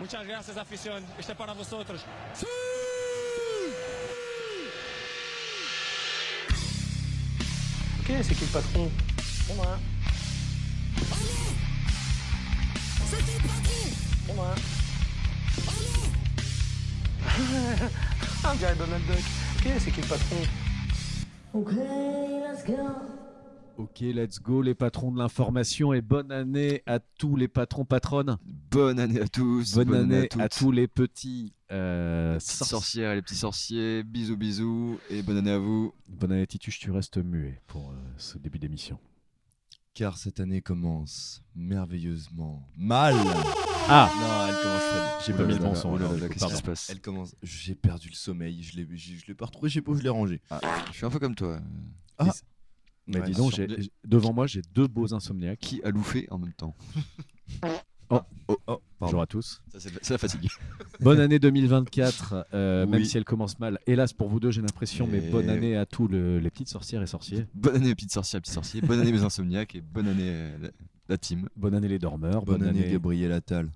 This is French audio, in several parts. Muchas gracias, afición. Este es para vosotros. Ok, c'est qui le patron C'est moi. Allez C'est qui le patron C'est moi. Allez Ah, on dirait Donald Duck. Ok, c'est qui le patron Okay, let's go. Ok, let's go les patrons de l'information et bonne année à tous les patrons patronnes. Bonne année à tous. Bonne, année, toutes. à, tous les petits euh, Les petites sorciers. sorcières et les petits sorciers. Bisous, bisous. Et bonne année à vous. Bonne année Titus, tu restes muet pour euh, ce début d'émission. Car cette année commence merveilleusement mal. Ah Non, elle commence très bien. J'ai Oulala, pas mis le bon son. oulala, alors, du coup, qu'est-ce qui pardon. se passe Elle commence. J'ai perdu le sommeil. Je l'ai, je, je l'ai pas retrouvé. Je sais pas où je l'ai rangé. je suis un peu comme toi. Ah. Mais Ouais, dis donc, sur- j'ai- j'ai- devant moi j'ai deux beaux insomniaques. Qui a louffé en même temps Oh. oh, oh, pardon. Bonjour à tous. Ça, c'est, ça fatigue. Bonne année 2024, euh, même Oui. si elle commence mal. Hélas pour vous deux, j'ai l'impression, mais Et- bonne année à tous le- les petites sorcières et sorciers. Bonne année, petites sorcières, petits sorciers. Bonne année, mes insomniaques. Et bonne année, euh, la, la team. Bonne année les dormeurs. Bonne, Gabriel Attal.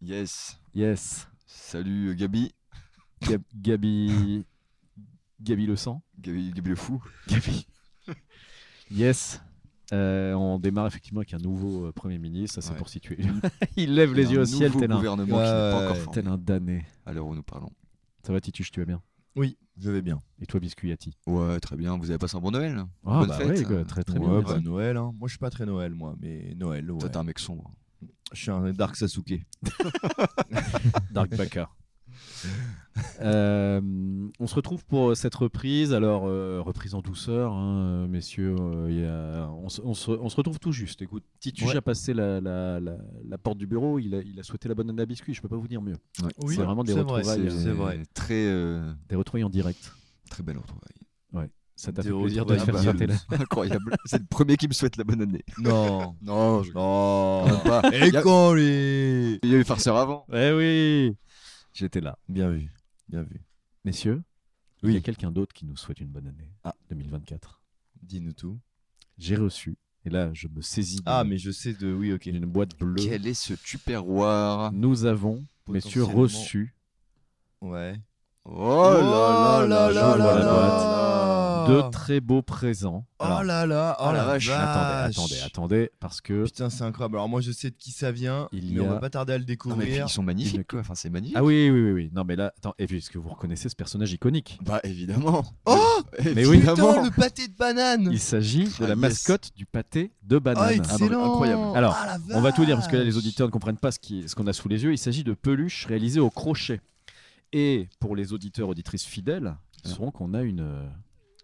Yes. Yes. Salut, euh, Gabi. Gab- Gabi. Gabi le sang. Gabi, Gabi le fou. Gabi. yes. Euh, on démarre effectivement avec un nouveau euh, Premier ministre, ça c'est Ouais. pour situer. Il lève les Un yeux au ciel nouveau tel un, gouvernement qui n'est pas encore formé, tel un damné. à l'heure où nous parlons. Ça va Titus, tu vas bien Oui, je vais bien. Et toi Biscuiati Ouais, très bien. Vous avez passé un bon Noël hein Ah Bonne bah fête. oui, quoi, très très ouais, bien. bah, merci. Noël. Hein. Moi, je suis pas très Noël, moi, mais Noël. Ouais. Toi, t'es un mec sombre. Je suis un Dark Sasuke. bah. Dark Baka. Euh, on se retrouve pour euh, cette reprise. Alors, euh, reprise en douceur, hein, messieurs. euh, il y a- on, se- on se, on se retrouve tout juste. Écoute, Titus Ouais. a passé la, la- la- la porte du bureau. Il a, il a souhaité la bonne année à biscuit. Je peux pas vous dire mieux. c'est vraiment des c'est vrai, retrouvailles, c'est- c'est vrai. Très, euh, Des retrouvailles en direct. très belle retrouvaille. Ça t'a Des fait plaisir de retrouvailles te faire sauter là. fabuleuses. Incroyable. C'est le premier qui me souhaite la bonne année. Non. Non, je non. Oh, pas. Et Il y a- quand les. il y a eu farceur avant. Eh oui J'étais là. Bien vu. Bien vu. Messieurs, Oui. il y a quelqu'un d'autre qui nous souhaite une bonne année Ah. 2024. Dis-nous tout. J'ai reçu, et là, je me saisis Ah, d'une mais je sais de. Oui, ok. d'une boîte bleue. Quel est ce tupperware Nous avons, messieurs, Potentiellement- reçu Ouais. Oh là là là là là là là là. là deux très beaux présents. Alors, Oh là là. Oh Ah, la la vache. vache. attendez, attendez, attendez, parce que. Putain, c'est incroyable. Alors, moi, je sais de qui ça vient, Il y mais on a- va pas tarder à le Non, mais découvrir. ils sont Une- magnifiques quoi. Enfin, c'est magnifique. Ah oui, oui, oui, oui. Non, mais là, attends, et puis, est-ce que vous reconnaissez ce personnage iconique Bah évidemment. Oh Mais oui. Putain, évidemment. le pâté de banane. Il s'agit de Ah, la yes. mascotte du pâté de Ah, banane. excellent. incroyable. Alors, Ah, la on va tout dire parce que là, les vache. auditeurs ne comprennent pas ce qui- ce qu'on a sous les yeux. Il s'agit de peluches réalisées au crochet. Et pour les auditeurs, auditrices fidèles, ils sauront qu'on a une. euh,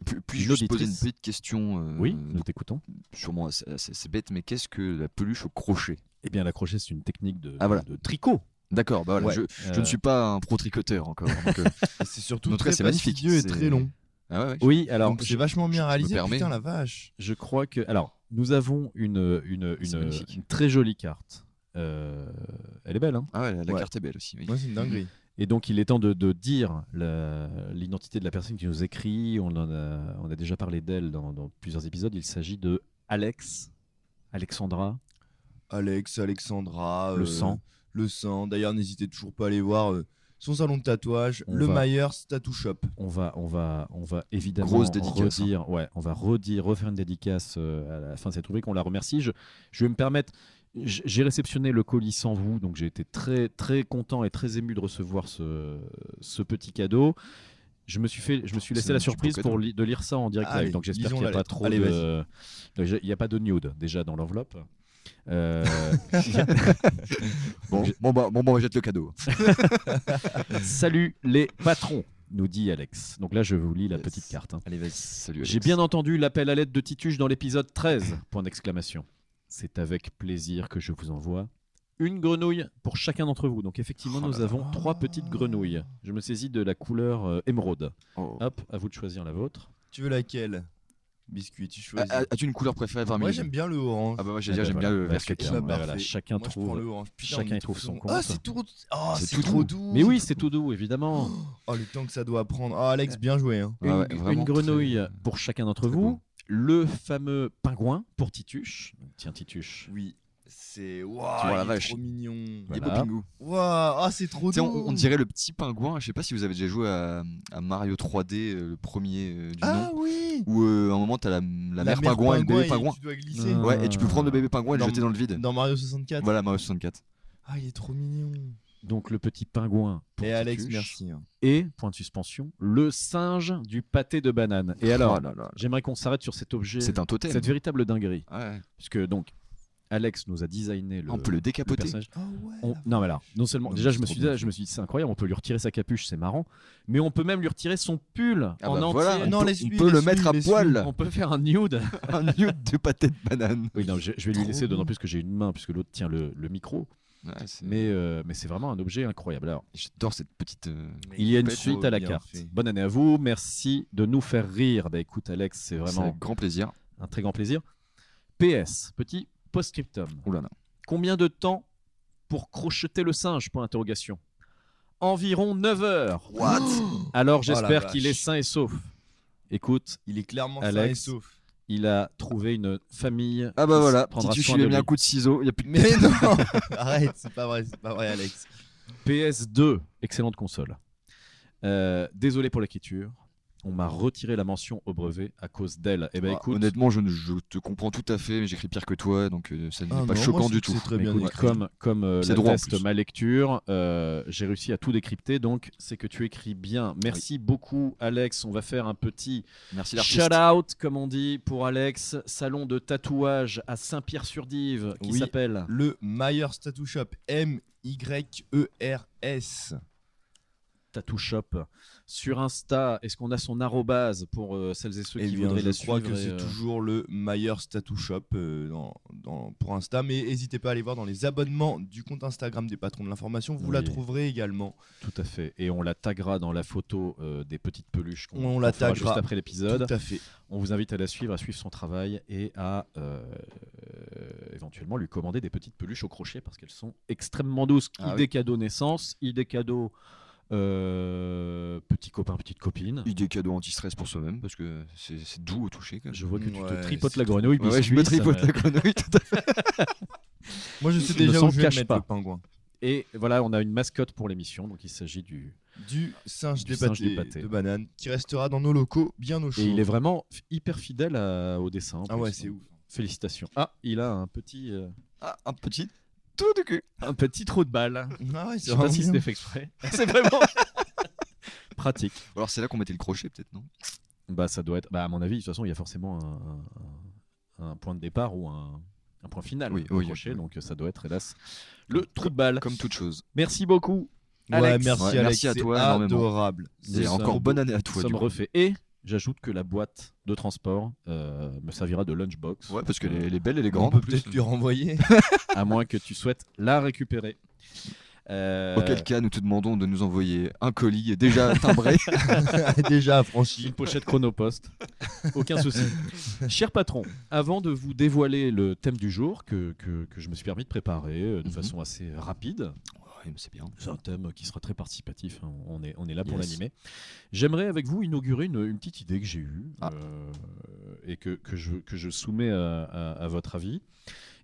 Puis- Une Puis-je juste poser une auditrice. petite question euh, Oui, nous t'écoutons. Sûrement, assez- assez- c'est bête, mais qu'est-ce que la peluche au crochet Eh bien, la crochet, c'est une technique de, Ah, voilà. de tricot. D'accord, bah voilà, Ouais. je, je Euh, ne suis pas un pro tricoteur encore. donc, euh, Et C'est surtout En tout cas, très c'est magnifique. fastidieux et C'est- très long. ah ouais, ouais. Oui, alors. Donc, je- c'est vachement je bien me réalisé. permets. Putain, la vache. Je crois que. Alors, nous avons une, une, C'est une- magnifique. une très jolie carte. Euh, elle est belle, hein Ah ouais, la, la Ouais. carte est belle aussi. oui. Moi, c'est une dinguerie. Et donc, il est temps de, de dire la- l'identité de la personne qui nous écrit. On, en a, on a déjà parlé d'elle dans, dans plusieurs épisodes. Il s'agit de Alex, Alexandra. Alex, Alexandra. Le euh, sang. Le sang. D'ailleurs, n'hésitez toujours pas à aller voir euh, son salon de tatouage, On le va. Myers Tattoo Shop. On va, on va, on va évidemment Grosse dédicace, hein. redire, ouais, on va redire, refaire une dédicace euh, à la fin de cette rubrique. On la remercie. Je, je vais me permettre. j- J'ai réceptionné le colis sans vous, donc j'ai été très très content et très ému de recevoir ce, ce petit cadeau. Je me suis fait, je me suis laissé C'est la un petit beau surprise cadeau. pour li- de lire ça en direct Allez, live. Donc j'espère lisons qu'il n'y a la pas lettre. trop Allez, de, de- il n'y a pas de nude déjà dans l'enveloppe. Euh, Bon, bon, bah, bon, bah, on jette le cadeau. salut les patrons, nous dit Alex. Donc là je vous lis la Yes. petite carte. hein. Allez, vas-y. Salut. Alex. J'ai bien entendu l'appel à l'aide de Titus dans l'épisode 13. Point d'exclamation. C'est avec plaisir que je vous envoie une grenouille pour chacun d'entre vous. Donc effectivement, Oh nous là avons là. trois petites grenouilles. Je me saisis de la couleur euh, émeraude. Oh. Hop, à vous de choisir la vôtre. Tu veux laquelle Biscuit, tu Ah, choisis. ah, As-tu une couleur préférée parmi Moi, les j'aime deux bien le orange. Ah bah moi Ah j'allais dire bah j'aime voilà. bien le Bah, vert effectivement, quelqu'un. bah voilà, chacun Moi, je trouve. prends le orange. Putain, chacun on est y trouve tous son bons. compte. Ah, c'est tout. Ah, C'est c'est tout trop doux. doux. Mais oui, c'est tout doux, évidemment. Oh, le temps que ça doit prendre. Ah, Alex, bien joué. hein. Ouais, ouais, une, vraiment une grenouille très- pour chacun d'entre très vous. beau. Le fameux pingouin pour Tituche. Tiens, Tituche. Oui. C'est Tu vois la waouh, il est vache. trop mignon. Il est beau, Voilà. Pingu. Waouh, ah c'est trop Tu sais, doux. on, on dirait le petit pingouin. Je sais pas si vous avez déjà joué à, à Mario 3D, euh, le premier euh, du Ah nom. oui. Où euh, à un moment, t'as la, la, mère pingouin et le bébé pingouin. Tu dois glisser. Ah. Ouais, et tu peux prendre le bébé pingouin et le Dans- jeter dans le vide. Dans Mario 64. Voilà, Mario 64. Ah, il est trop mignon. Donc le petit pingouin. pour Et Alex, Tituche. merci. hein. Et, point de suspension, le singe du pâté de banane. Et alors, Oh là là. j'aimerais qu'on s'arrête sur cet objet, c'est un totem. cette véritable dinguerie. Ouais. Puisque donc, Alex nous a designé le, on peut le le décapoter. personnage. Ah ouais. On- non, mais alors, non seulement, Non, déjà, mais je me, c'est suis trop dit, bien je me suis dit, c'est incroyable, on peut lui retirer sa capuche, c'est marrant, mais on peut même lui retirer son pull Ah en bah entier. voilà, on Non, peut, laisse-lui, on peut le laisse-lui, mettre à laisse-lui. poil. On peut faire un nude. un nude de pâté de banane. Oui, non, je, je vais lui Trop laisser, d'autant bien. plus que j'ai une main, puisque l'autre tient le, le micro. Ouais, Ah, c'est- Mais, euh, mais c'est vraiment un objet incroyable. Alors, J'adore cette petite. euh, il y a une Trop suite à la bien carte. fait. Bonne année à vous, merci de nous faire rire. Bah écoute, Alex, c'est c'est vraiment un grand plaisir. un très grand plaisir. PS, petit post-scriptum. Ouh là là. Combien de temps pour crocheter le singe Point d'interrogation. Environ 9 heures. Oh. What Oh, Alors la j'espère vache. qu'il est sain et sauf. Écoute, Il est clairement sain et Alex. sauf. il a trouvé une famille. Ah bah qui voilà, prendra Tituche, soin il lui a de mis un lui. coup de ciseau. Il y a plus de Mais non Arrête, c'est pas vrai, c'est pas vrai, Alex. PS2, excellente console. Euh, désolé pour la quiture. On m'a retiré la mention au brevet à cause d'elle. Eh ben Ah, écoute, honnêtement, je, ne- je te comprends tout à fait, mais j'écris pire que toi, donc euh, ça n'est Ah pas non, moi, choquant je du trouve tout. que c'est très Mais bien écoute, écrit. comme comme euh, C'est le droit, en test plus. ma lecture, euh, j'ai réussi à tout décrypter. Donc c'est que tu écris bien. Merci beaucoup Alex. On va faire un petit Merci l'artiste. shout out comme on dit pour Alex. Salon de tatouage à Saint-Pierre-sur-Dive qui Oui. s'appelle. Le Myers Tattoo Shop, E M-Y-E-R-S. Tattoo Shop sur Insta. Est-ce qu'on a son arrobase pour euh, celles et ceux Eh qui bien, voudraient je la crois suivre que et, c'est euh, toujours le Myers Tattoo Shop euh, dans, dans- pour Insta, mais n'hésitez pas à aller voir dans les abonnements du compte Instagram des patrons de l'information, vous la Oui. trouverez également. Tout à fait. Et on la taguera dans la photo euh, des petites peluches qu'on On qu'on la fera taguera. juste après l'épisode. Tout à fait. On vous invite à la suivre, à suivre son travail et à euh, éventuellement lui commander des petites peluches au crochet parce qu'elles sont extrêmement douces. Ah idée oui. cadeau naissance, idée cadeau euh, petit copain, petite copine. Idée cadeau anti-stress pour soi-même, parce que c'est c'est doux au toucher. Quand même. Je vois que tu Ouais, te tripotes c'est la trop- grenouille. Ouais, ouais, je me biscuit, ça tripote me- la grenouille tout à fait. Moi, je sais Il ne déjà s'en où je vais cache mettre pas. le pingouin. Et voilà, on a une mascotte pour l'émission, donc il s'agit du. Du singe Du des singe pâtés dépaté. de banane qui restera dans nos locaux bien au chaud. Et il est vraiment f- hyper fidèle à- au dessin. en Ah plus, hein. ouais, donc c'est ouf. Félicitations. Ah, il a un petit, euh, Ah, un petit tout du cul. un petit trou de balle. Ah ouais, c'est Je sais pas vraiment si mignon. c'était fait exprès. C'est vraiment pratique. Alors c'est là qu'on mettait le crochet, peut-être, non Bah, ça doit être. Bah, à mon avis, de toute façon, il y a forcément un, un- un point de départ ou un, un point final. Oui, au oui, crochet, oui. Donc, ça doit être, hélas, le trou de balle. Comme toute chose. Merci beaucoup. Ouais, Alex. merci, Ouais, Alex, merci à c'est toi énormément. adorable. Nous Et encore sommes- bonne année à Nous toi. du sommes coup. refaits. Et j'ajoute que la boîte de transport euh, me servira de lunchbox. Ouais, parce qu'elle est, elle est belle, elle est On grande. en peut plus. peut-être lui renvoyer. À moins que tu souhaites la récupérer. Euh, Auquel cas, nous te demandons de nous envoyer un colis déjà timbré. Déjà franchi. Une pochette chronopost. Aucun souci. Cher patron, avant de vous dévoiler le thème du jour que, que- que je me suis permis de préparer euh, de Mhm. façon assez rapide, ouais, mais c'est bien. c'est un thème qui sera très participatif, hein, on, est, on est là pour Yes. l'animer, j'aimerais avec vous inaugurer une, une petite idée que j'ai eue Ah. euh, et que, que je, que je soumets à, à- à votre avis.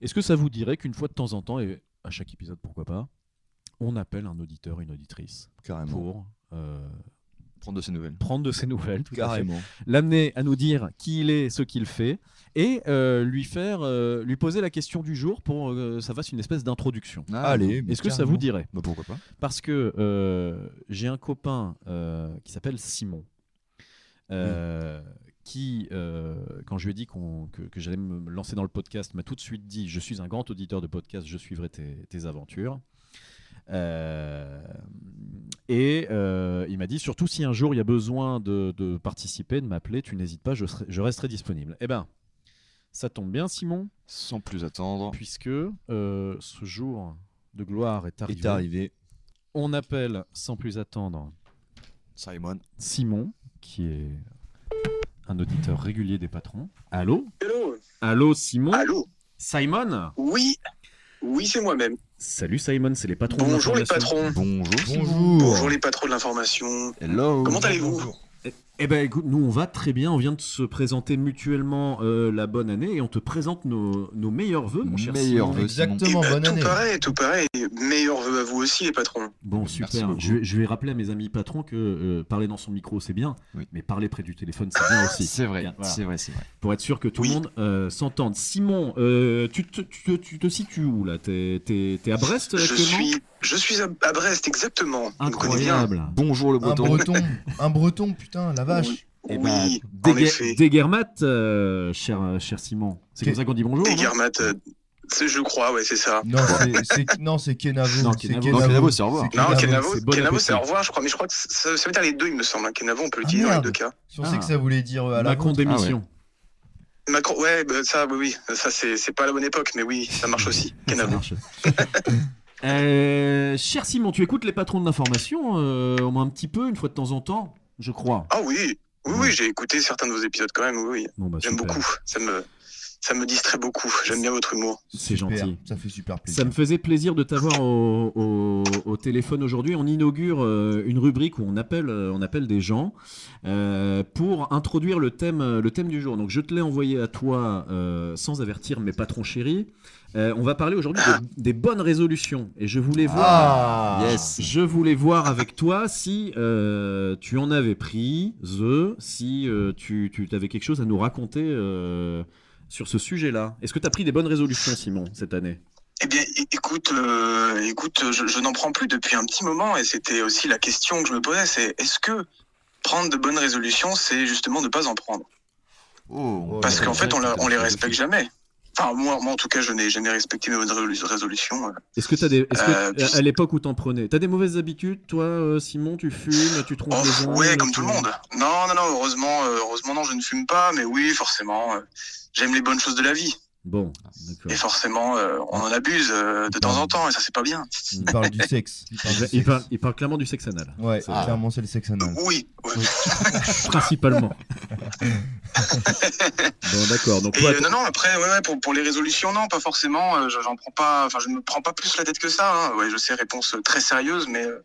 Est-ce que ça vous dirait qu'une fois de temps en temps, et à chaque épisode pourquoi pas, on appelle un auditeur, une auditrice Carrément. pour... euh, Prendre de ces nouvelles. prendre de ses nouvelles, tout à fait Carrément. l'amener à nous dire qui il est, ce qu'il fait, et euh, lui faire, euh, lui poser la question du jour pour euh, que ça fasse une espèce d'introduction. Allez, mais Est-ce que ça carrément. vous dirait Ah, Bah pourquoi pas Parce que euh, j'ai un copain euh, qui s'appelle Simon, euh, qui, euh, quand je lui ai dit qu'on- que, que j'allais me lancer dans le podcast, m'a tout de suite dit Je suis un grand auditeur de podcast, je suivrai tes, tes aventures. Euh, et euh, il m'a dit surtout si un jour il y a besoin de, de participer, de m'appeler, tu n'hésites pas, je, serai- je resterai disponible. Eh ben, ça tombe bien, Simon, Sans plus attendre. puisque euh, ce jour de gloire est Est arrivé. arrivé. On appelle sans plus attendre Simon. Simon, qui est un auditeur régulier des patrons. Allô Hello. Allô Simon Allô Simon Oui. Oui, c'est moi-même. Salut Simon, c'est les patrons. de Bonjour les l'information. patrons. Bonjour. Bonjour. Bonjour les patrons de l'information. Eh Hello. Comment allez-vous Bonjour. Eh ben écoute, nous on va très bien, on vient de se présenter mutuellement euh, la bonne année et on te présente nos, nos meilleurs vœux, mon cher Meilleurs Simon. vœux, Simon. Exactement, Eh ben, bonne tout année. pareil, tout pareil. Meilleurs vœux à vous aussi, les patrons. Bon, Merci super. beaucoup. Je, vais- je vais rappeler à mes amis patrons que euh, parler dans son micro c'est bien, Oui. mais parler près du téléphone c'est bien aussi. C'est vrai, Bien, voilà. c'est vrai, c'est vrai. Pour être sûr que tout le Oui. monde euh, s'entende. Simon, euh, tu, te, tu te- tu te situes où là T'es t'es- t'es à Brest Je actuellement suis, je suis à, à Brest, exactement. Vous me connaissez bien. Incroyable. Bonjour le Un breton. breton, un breton, putain, la vache. Eh Oui, ben, en Déguer- effet. Déguermat, euh, cher, euh, cher Simon. C'est Qu'est- comme ça qu'on dit bonjour Des non Guermates, euh, c'est- je crois, ouais, c'est ça. Non, c'est- c'est non, c'est Kenavo. Non, c'est Kenavo. Non, Kenavo, c'est au revoir. c'est Non, Kenavo, Kenavo, Eh ben, c'est bon Kenavo, c'est au appétit. revoir, je crois. Mais je crois que ça, ça veut dire les deux, il me semble. hein. Kenavo, on peut Ah, l'utiliser dans les merde. deux cas. Je pensais Ah. que ça voulait dire euh, à la Macron vente. démission. Macron, ouais, bah, ça, oui, oui. Ça, c'est c'est pas la bonne époque, mais oui, ça marche aussi. Ça Kenavo. Ah marche. Euh, cher Simon, tu écoutes les patrons de l'information euh, au moins un petit peu, une fois de temps en temps, je crois. Ah oui, oui, oui, j'ai écouté certains de vos épisodes quand même, oui, oui. Bon, bah, J'aime super. beaucoup. Ça me, ça me distrait beaucoup. J'aime bien votre humour. C'est Super, gentil. Ça fait super plaisir. Ça me faisait plaisir de t'avoir au, au- au téléphone aujourd'hui. On inaugure euh, une rubrique où on appelle, euh, on appelle des gens euh, pour introduire le thème, euh, le thème du jour. Donc je te l'ai envoyé à toi euh, sans avertir mes patrons chéris. Euh, on va parler aujourd'hui de- des bonnes résolutions. Et je voulais voir... Ah Yes. Je voulais voir avec toi si euh, tu en avais pris, The, si euh, tu, tu avais quelque chose à nous raconter euh, sur ce sujet-là. Est-ce que tu as pris des bonnes résolutions, Simon, cette année Eh bien, é- écoute, euh, écoute, je, je n'en prends plus depuis un petit moment, et c'était aussi la question que je me posais, c'est est-ce que prendre de bonnes résolutions, c'est justement ne pas en prendre Oh, Parce Ouais, qu'en fait, on, la- putain, on les c'est respecte jamais. Enfin, moi, moi, en tout cas, je n'ai jamais respecté mes bonnes résolu- résolutions. Est-ce que, as des, est-ce que Euh, t- à- à l'époque où t'en prenais, t'as des mauvaises habitudes, toi, euh, Simon, tu fumes, tu trompes Oh, les gens ouais, tu- comme tout le monde. Non, non, non, heureusement, euh, heureusement, non, je ne fume pas, mais oui, forcément, euh, j'aime les bonnes choses de la vie. Bon, Et d'accord. forcément, euh, on en abuse euh, de temps en temps, et ça, c'est pas bien. Il parle du sexe. Il parle Il, du va- il sexe. parle, il parle clairement du sexe anal, Ouais, C'est vrai. clairement, c'est le sexe anal. Oui, ouais. principalement. bon, d'accord. Donc, Et, toi, euh, non, non, après, ouais, ouais, pour, pour les résolutions, non, pas forcément. euh, je- j'en prends pas, enfin, je ne me prends pas plus la tête que ça. hein. Ouais, je sais, réponse euh, très sérieuse, mais, euh,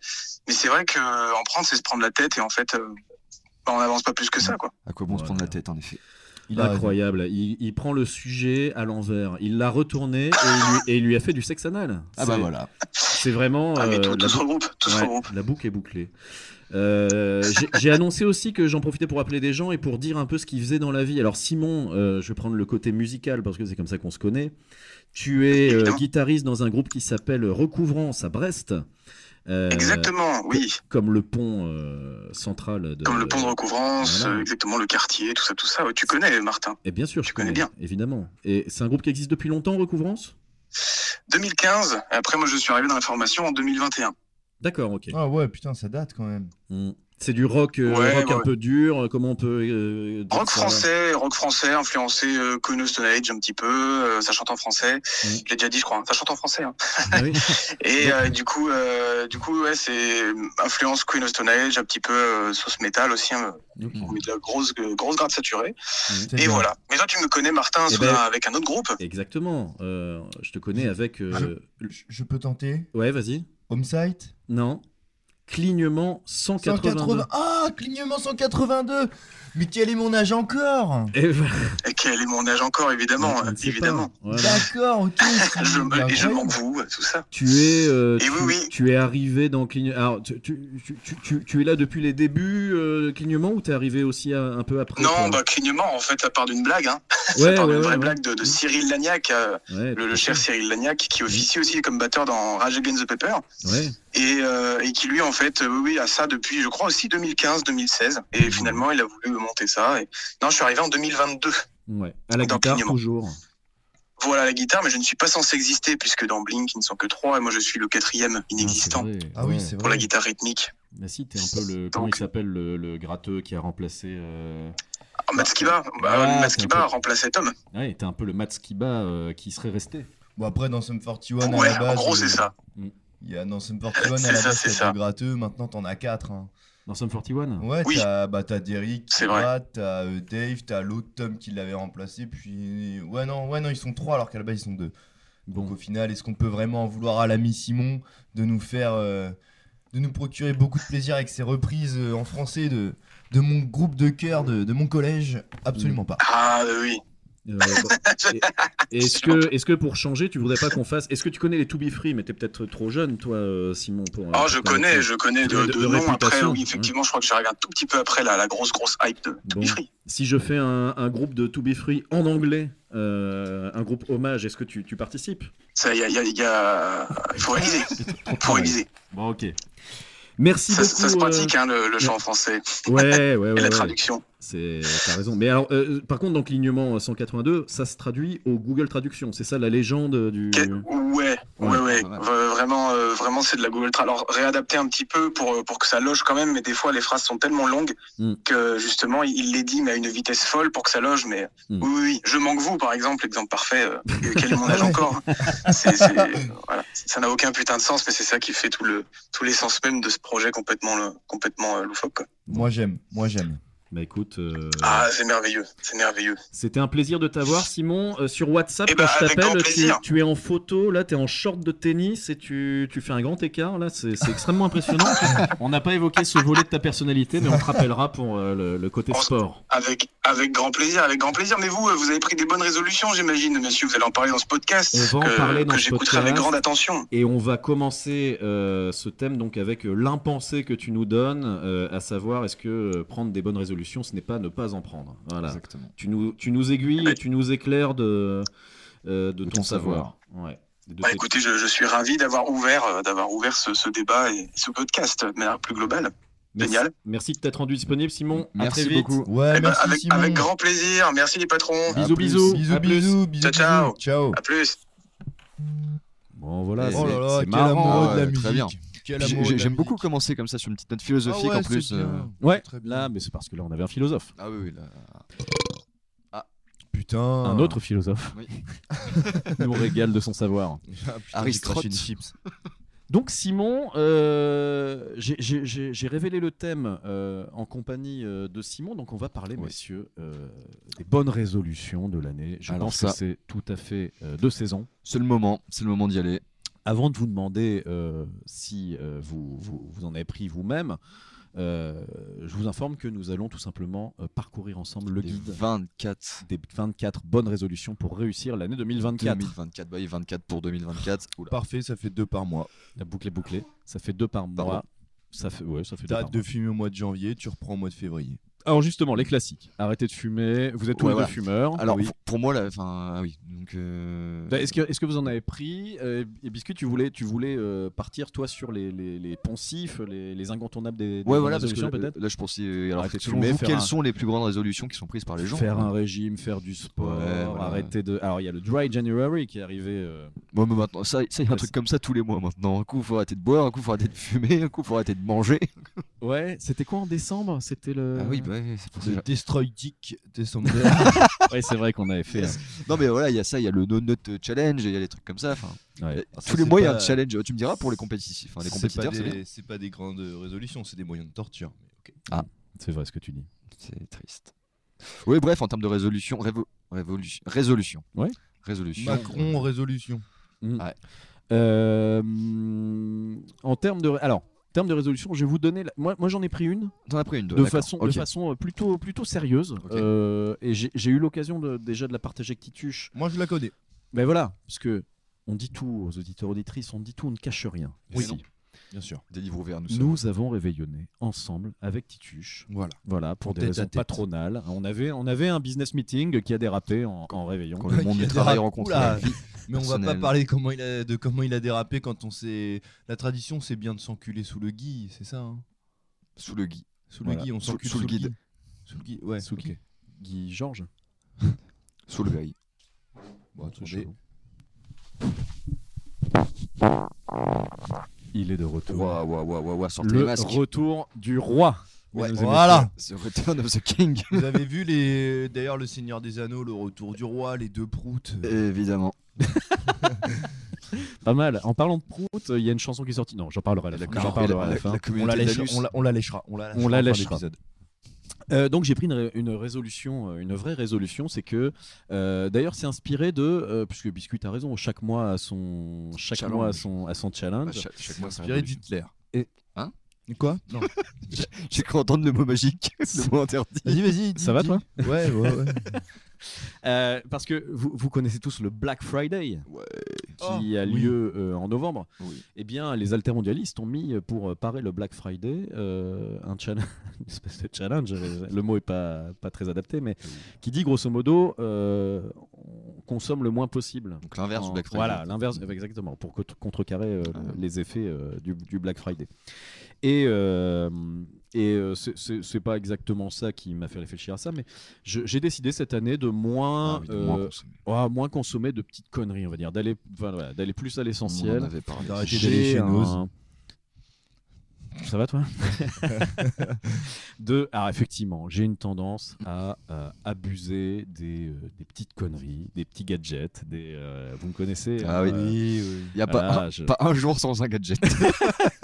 mais c'est vrai que euh, en prendre, c'est se prendre la tête et en fait, euh, bah, on n'avance pas plus que ça, quoi. À quoi bon se Voilà. prendre la tête, hein, en effet Il Ah, a raison. Incroyable. Il, il prend le sujet à l'envers. Il l'a retourné et il lui, et il lui a fait du sexe anal. Ah bah C'est- voilà. C'est vraiment. Ah, mais euh, tout, la tout se bou- regroupe, tout se Ouais, regroupe. la boucle est bouclée. Euh, j'ai- J'ai annoncé aussi que j'en profitais pour appeler des gens et pour dire un peu ce qu'ils faisaient dans la vie. Alors Simon, euh, je vais prendre le côté musical parce que c'est comme ça qu'on se connaît. Tu es euh, Évidemment. guitariste dans un groupe qui s'appelle Recouvrance à Brest. Euh, Exactement, oui. Comme le pont euh, central de. Comme le pont de recouvrance, voilà. euh, exactement le quartier, tout ça, tout ça. Ouais, tu connais, Martin. Et Eh bien sûr, je Tu connais connais, bien. évidemment. Et c'est un groupe qui existe depuis longtemps, Recouvrance 2015, et après, moi, je suis arrivé dans la formation en 2021. D'accord, ok. Ah ouais, putain, ça date quand même. Mm. C'est du rock, euh, Ouais, rock ouais, un ouais. peu dur. euh, Comment on peut. euh, dire Rock ça français, rock français, influencé euh, Queen of Stone Age un petit peu, euh, ça chante en français. Mm. Je l'ai déjà dit, je crois. hein. Ça chante en français, hein. Ah oui. Et euh, du coup, euh, du coup, ouais, c'est euh, influence Queen of Stone Age, un petit peu euh, sauce métal aussi, hein, Mm. mais de la grosse euh, grosse grappe saturée. C'est Et bien. voilà. Mais toi, tu me connais, Martin, Eh sous ben- un- avec un autre groupe. Exactement. Euh, je te connais avec. euh, Je- Je peux tenter Ouais, vas-y. Home site Non. Clignement 182. 180. Ah, clignement 182 Mais quel est mon âge encore Et voilà. Et quel est mon âge encore, évidemment, Eh ben, On ne sait pas. Ah évidemment. Voilà. D'accord, ok. c'est- Je, me- bah, et je incroyable. m'en vous, tout ça. Tu es, euh, Et tu, oui, oui. tu es arrivé dans Clignement. Alors, tu, tu, tu- tu- tu- tu es là depuis les débuts euh, de Clignement ou t'es arrivé aussi à- un peu après Non, toi bah clignement, en fait, à part d'une blague, hein. ouais, à part ouais, ouais, d'une vraie ouais. Mm. blague de, de Cyril Lagnac, euh, Ouais, Mm. le, le cher Cyril Lagnac, qui officie aussi comme batteur dans Rage Against the Paper. ouais. et, euh, et qui lui en fait euh, oui oui, a ça depuis je crois aussi 2015-2016 Mmh. et finalement il a voulu monter ça et... non je suis arrivé en 2022 ouais. À la Dans guitare, Clignement. toujours. Ah, voilà la guitare mais je ne suis pas censé exister puisque dans Blink ils ne sont que trois et moi je suis le quatrième inexistant Ah, c'est vrai. Ah oui, Ouais. c'est pour vrai. la guitare rythmique Mais si, t'es un peu le. Comment Donc- il s'appelle le, le gratteux qui a remplacé. euh, Ah, Mats Kiba bah, Ah, Mats c'est un Kiba peu- a remplacé Tom Ouais, t'es un peu le Matskiba euh, qui serait resté. Bon, après, dans Sum 41, à ouais la en base. gros euh, c'est ça Il y a dans Sum 41, C'est à la ça, base, c'est t'as ça. deux gratteux. Maintenant, t'en as quatre. hein. Dans Sum 41 Ouais, Oui. t'as bah, t'as Derrick, C'est t'as vrai. Brad, t'as euh, Dave, t'as l'autre Tom qui l'avait remplacé. Puis. Ouais, non, ouais, non, ils sont trois alors qu'à la base, ils sont deux. Donc, Bon. au final, est-ce qu'on peut vraiment en vouloir à l'ami Simon de nous faire. euh, de nous procurer beaucoup de plaisir avec ces reprises euh, en français de, de mon groupe de cœur, de, de mon collège Absolument pas. Ah euh, oui. Euh, bon. Et- Est-ce que, est que pour changer, tu voudrais pas qu'on fasse. Est-ce que tu connais les To Be Free Mais t'es peut-être trop jeune, toi, euh, Simon. Pour, Oh, je connais, je connais de, de- de de nom. Après, réputation, oui, hein. effectivement, je crois que j'ai regardé un tout petit peu après la, la grosse, grosse hype de Bon. Be Free. Si je fais un, un groupe de To Be Free en anglais, euh, un groupe hommage, est-ce que tu, tu participes Ça, il y a, il y a- il y a- il faut réviser. faut réviser. Bon, ok. Merci Ça, beaucoup. ça se euh, pratique, hein, le, le chant en français Ouais, ouais, ouais. et la ouais. traduction. C'est, t'as raison. Mais alors, euh, par contre, donc l'alignement 182, ça se traduit au Google Traduction. C'est ça la légende euh, du. Que- Ouais, ouais, Ouais, ouais. pas mal. V- Vraiment, euh, vraiment, c'est de la Google Tra. Alors, réadapter un petit peu pour, euh, pour que ça loge quand même, mais des fois, les phrases sont tellement longues Mm. que justement, il- il les dit, mais à une vitesse folle pour que ça loge. Mais Mm. oui, oui, oui. je manque vous, par exemple, exemple parfait. euh, quel est mon âge encore C'est- c'est- voilà. Ça n'a aucun putain de sens, mais c'est ça qui fait tout le tout l'essence même de ce projet complètement, le- complètement euh, loufoque. quoi. Moi j'aime, moi j'aime. Bah écoute, euh, Ah, c'est merveilleux, c'est merveilleux. c'était un plaisir de t'avoir, Simon. Euh, sur WhatsApp, Eh quand ben, je avec grand t'appelle, tu, plaisir. tu es en photo, là, tu es en short de tennis et tu, tu fais un grand écart. Là, c'est, c'est extrêmement impressionnant. on n'a pas évoqué ce volet de ta personnalité, mais on te rappellera pour euh, le, le côté sport. Avec, avec grand plaisir, avec grand plaisir. Mais vous, euh, vous avez pris des bonnes résolutions, j'imagine, messieurs. Vous allez en parler dans ce podcast. On va en que, parler dans que ce j'écouterai avec podcast. grande attention. Et on va commencer euh, ce thème donc avec euh, l'impensé que tu nous donnes, euh, à savoir est-ce que euh, prendre des bonnes résolutions, ce n'est pas ne pas en prendre. Voilà. Exactement. Tu nous, tu nous aiguilles et tu nous éclaires de, euh, de, ton, ton savoir. Ouais. De Bah, tes- écoutez, je, je suis ravi d'avoir ouvert, euh, d'avoir ouvert ce, ce débat et ce podcast, mais manière plus globale. merci, génial. merci de t'être rendu disponible, Simon. À Merci très vite. beaucoup. Ouais, Eh ben, merci avec, Simon. avec grand plaisir. Merci les patrons. Ah. Bisous, plus. bisous. Bisous, À plus. bisous, bisous, Ciao, bisous. Ciao. À plus. Bon, voilà. Et c'est- Oh là là, c'est quel marrant. amoureux de la Ouais, très bien. musique. Quel J'ai- amoureux de j'ai- la J'aime beaucoup musique. commencer comme ça sur une petite note Ah philosophique ouais, en c'est plus. bien. euh, Ouais, Très bien. là, mais c'est parce que là, on avait un philosophe. Ah oui, oui, là. Putain. Un autre philosophe Oui. nous régale de son savoir. Ah, putain, j'ai Aristote. craché une chips. Donc, Simon, euh, j'ai- j'ai j'ai- j'ai révélé le thème euh, en compagnie euh, de Simon. Donc, on va parler, Oui. messieurs, euh, des bonnes résolutions de l'année. Je Alors pense ça- que c'est tout à fait euh, de saison. C'est le moment, c'est le moment d'y aller. avant de vous demander euh, si euh, vous, vous, vous en avez pris vous-même, euh, je vous informe que nous allons tout simplement euh, parcourir ensemble le Les guide 24. des 24 bonnes résolutions pour réussir l'année 2024. 2024, bah oui, 24 pour 2024. Oula. Parfait, ça fait deux par mois. La boucle est bouclée. Ça fait deux par mois. Pardon. Ça fait, ouais, ça fait deux T'as par hâte de mois. fumer au mois de janvier, tu reprends au mois de février. Alors justement, les classiques. Arrêtez de fumer. Vous êtes tous Ouais, les deux voilà. fumeurs. Alors, Oui. f- pour moi, là, enfin, ah oui. Donc, euh, Bah, Est-ce que, est-ce que vous en avez pris Euh, Et Biscuit, tu voulais, tu voulais euh, partir, toi, sur les, les, les poncifs, les, les incontournables des, des Ouais, bonnes voilà, parce que résolutions, là, peut-être là, je pensais. euh, Alors, Arrêtez de selon fumer, vous, faire quelles un- sont les plus grandes résolutions qui sont prises par les gens hein. faire un régime, faire du sport, Ouais, voilà. arrêter de. Alors il y a le Dry January qui est arrivé. euh, Moi, mais maintenant, ça, ça, il y a un truc comme ça tous les mois maintenant. Un coup, faut arrêter de boire, un coup, faut arrêter de fumer, un coup, faut arrêter de manger. Ouais, c'était quoi en décembre C'était le. Ah oui, bah, ouais, c'est pour ça. Le Euh, Destroy Dick December. Ouais, c'est vrai qu'on avait fait. hein. Non, mais voilà, il y a ça, il y a le No Nut Challenge, et il y a des trucs comme ça. enfin, Ouais. et- ça, tous les c'est mois, il y a pas- un challenge. euh, Tu me diras pour les compétitifs, enfin, les c'est pas, compétiteurs, c'est bien. des, c'est pas des grandes résolutions, c'est des moyens de torture. C'est vrai ce que tu dis. C'est triste. Oui, bref, en termes de résolution, révo- révolution, résolution. Ouais. Résolution. Macron résolution. Euh, hum, en termes de, alors, en termes de résolution, je vais vous donner. la- Moi, moi j'en ai pris une T'en as pris une, toi, de d'accord. façon, Ok. de façon euh, plutôt, plutôt sérieuse. Euh, et j'ai j'ai eu l'occasion de, déjà de la partager avec Tituche. Moi je la connais. Mais voilà, parce que on dit tout aux auditeurs auditrices, on dit tout, on ne cache rien. Oui. Ici. Bien sûr. Des livres ouverts, nous, nous, sommes. avons réveillonné ensemble avec Tituche. Voilà. Voilà, pour En des tête à raisons tête. patronales. On avait, on avait un business meeting qui a dérapé en, en réveillon. Quand le monde Il du a travail dérapé. rencontre Oula. la vie. Mais on va pas Personnel. parler comment il a, de comment il a dérapé quand on s'est. La tradition c'est bien de s'enculer sous le gui, c'est ça hein sous le gui. Sous Voilà. le gui, on Sous- s'encule sous le guide. gui. Sous le gui, ouais. Sous le ok. Guy Georges. Sous le gui. Bon, attendez. Il est de retour. Waouh, waouh, waouh, waouh, waouh, sortez les Le masques. retour du roi. Ouais, mesdames et voilà. The Return of the King. Vous avez vu les d'ailleurs le Seigneur des Anneaux, le retour du roi, les deux proutes. Évidemment. messieurs. Pas mal. En parlant de Prout, il y a une chanson qui est sortie. Non, j'en parlerai à la fin. Non, J'en parlerai à la la- fin. la On la, communauté lèche- d'anus. on la- on la lèchera. On la lèchera. On la en fin lèchera. d'épisode. Euh, donc j'ai pris une, ré- une résolution, euh, une vraie résolution, c'est que euh, d'ailleurs c'est inspiré de, euh, puisque Biscuit a raison, chaque mois à son, chaque Challenge. mois à son, à son Bah, challenge. chaque- chaque mois, c'est Inspiré révolution. d'Hitler. Hein Quoi Non. J'ai cru entendre le mot magique, le mot interdit. Vas-y, vas-y. dis- Ça va, dis. toi Ouais, ouais, ouais. Euh, parce que vous, vous connaissez tous le Black Friday Ouais. qui a oui. lieu euh, en novembre. Oh, Oui. Eh bien, les altermondialistes ont mis euh, pour euh, parer le Black Friday euh, un challenge, une espèce de challenge. euh, Le mot est pas pas très adapté, mais qui dit grosso modo, euh, on consomme le moins possible. Donc l'inverse En- du Black Friday. Ah Voilà, l'inverse, exactement, pour cont- contrecarrer euh, les effets euh, du, du Black Friday. Et, euh, et euh, c'est- c'est c'est pas exactement ça qui m'a fait réfléchir à ça, mais je- j'ai décidé cette année de moins, Ah oui, de moins euh, consommer. ouais, moins consommer de petites conneries, on va dire, d'aller enfin, voilà, d'aller plus à On en l'essentiel. avait parlé. Arrêtez J'ai d'aller chez un- Noz. Ça va toi De, alors effectivement, j'ai une tendance à euh, abuser des, euh, des petites conneries, des petits gadgets, des, euh, vous me connaissez Ah hein, oui. euh, Il n'y a pas, voilà, un, je- pas un jour sans un gadget.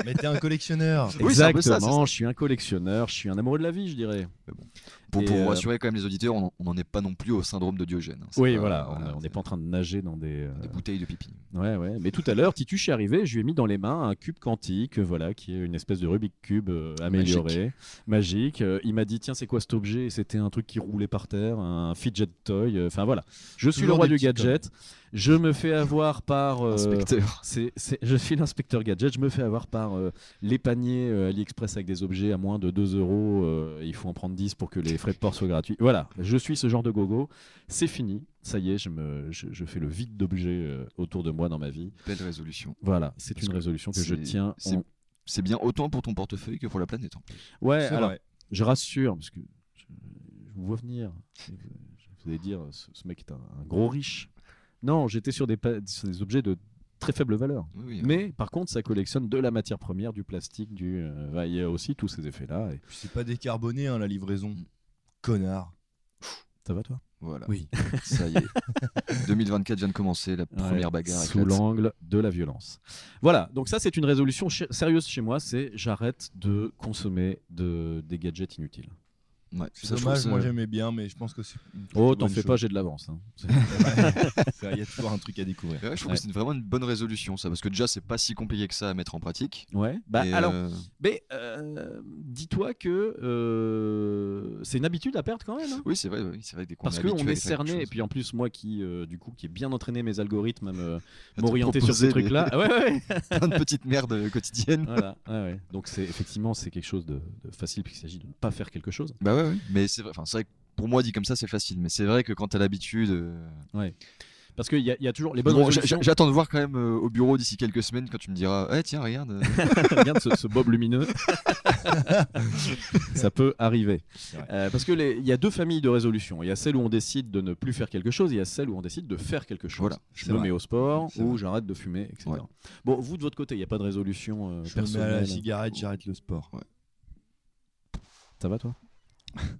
Mais t'es un collectionneur. Oui, c'est un peu ça, Exactement, je suis un collectionneur, je suis un amoureux de la vie, je dirais. Pour, Et, pour euh, rassurer quand même les auditeurs, on n'en est pas non plus au syndrome de Diogène. hein. C'est Oui, pas- voilà, on- on c'est n'est pas en train de nager dans des. euh, Des bouteilles de pipi. Ouais, ouais. Mais tout à l'heure, Titus est arrivé, je lui ai mis dans les mains un cube quantique, euh, voilà, qui est une espèce de Rubik's Cube euh, amélioré, magique. Euh, il m'a dit, tiens, c'est quoi cet objet Et C'était un truc qui roulait par terre, un fidget toy. euh, Enfin voilà, je suis Toujours le roi des du petits gadget. Je me fais avoir par. euh, Inspecteur. C'est, c'est- je suis l'inspecteur gadget, je me fais avoir par euh, les paniers euh, AliExpress avec des objets à moins de 2 euros, euh, il faut en prendre 10 pour que les frais de port soient gratuits. Voilà, je suis ce genre de gogo, c'est fini, ça y est, je, me, je, je fais le vide d'objets euh, autour de moi dans ma vie. Belle résolution. Voilà, c'est Parce une que résolution que je c'est- tiens. c'est- en- C'est bien autant pour ton portefeuille que pour la planète. hein. en plus. Ouais, C'est alors, vrai. je rassure, parce que je, je vous vois venir. Et vous- Vous allez dire, ce, ce mec est un, un gros riche. Non, j'étais sur des, pa- sur des objets de très faible valeur. Oui, oui. Mais par contre, ça collectionne de la matière première, du plastique, du. euh, bah, il y a aussi tous ces effets-là. et- Puis C'est pas décarboné, hein, la livraison. Connard. Ça va, toi hein. Voilà. Oui. Ça y est. 2024 vient de commencer, la première bagarre. Sous éclate. l'angle de la violence. Voilà, donc ça, c'est une résolution che- sérieuse chez moi c'est j'arrête de consommer de, des gadgets inutiles. Mmh. Ouais, C'est ça, je dommage, trouve moi ça- j'aimais bien, mais je pense que c'est. une Oh, bonne t'en fais chose. pas, j'ai de l'avance. hein. C'est- C'est vrai, Il y a toujours un truc à découvrir. Ouais, je trouve Ouais. que c'est vraiment une bonne résolution, ça, parce que déjà, c'est pas si compliqué que ça à mettre en pratique. Ouais, bah Et, alors, euh, mais euh, dis-toi que euh, c'est une habitude à perdre quand même. hein. Oui, c'est vrai, oui, c'est vrai que dès qu'on Parce est qu'on habitué à est faire quelque cerné, et chose- puis en plus, moi qui, euh, du coup, qui ai bien entraîné mes algorithmes à me- te m'orienter sur ce proposer des- truc-là. Ah ouais, ouais, ouais. plein de petites merdes euh, quotidiennes. Voilà, ouais, ouais. Donc c'est effectivement c'est quelque chose de, de facile puisqu'il s'agit de ne pas faire quelque chose. Bah ouais, ouais. Mais c'est vrai, enfin, c'est vrai que pour moi, dit comme ça, c'est facile. Mais c'est vrai que quand t'as l'habitude. euh, Parce qu'il y, a- il y a toujours les bonnes bon, résolutions. j'a- J'attends de voir quand même euh, au bureau d'ici quelques semaines quand tu me diras Eh tiens, regarde. euh, Regarde ce, ce bob lumineux. ça peut arriver. vrai. Euh, parce que les- il y a deux familles de résolutions. Il y a celle où on décide de ne plus faire quelque chose, il y a celle où on décide de faire quelque chose. Voilà, je c'est me vrai. mets au sport C'est ou vrai. j'arrête de fumer, etc. Ouais. Bon, vous de votre côté, il n'y a pas de résolution euh, Je me mets à la personnelle. cigarette, j'arrête le sport. Ça va toi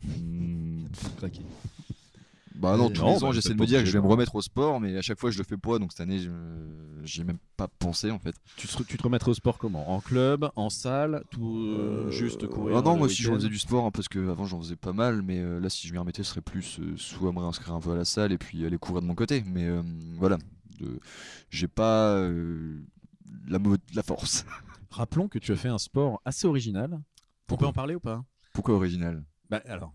Hmm. Craqué. Bah Euh, non, tous non, les ans, bah, j'essaie t'es de pas me dire que obligé je vais de- me remettre au sport, mais à chaque fois, je le fais pas. Donc cette année, je- j'y ai même pas pensé en fait. tu te, tu te remettrais au sport comment En club, en salle, tout euh, juste courir Ah non, le moi si je week-end faisais du sport, hein, parce que avant j'en faisais pas mal, mais euh, là si je m'y remettais, ce serait plus euh, soit me réinscrire un peu à la salle et puis aller courir de mon côté. Mais euh, voilà, de- j'ai pas euh, la, mo- la force. Rappelons que tu as fait un sport assez original. Pourquoi on peut en parler ou pas Pourquoi original Bah alors,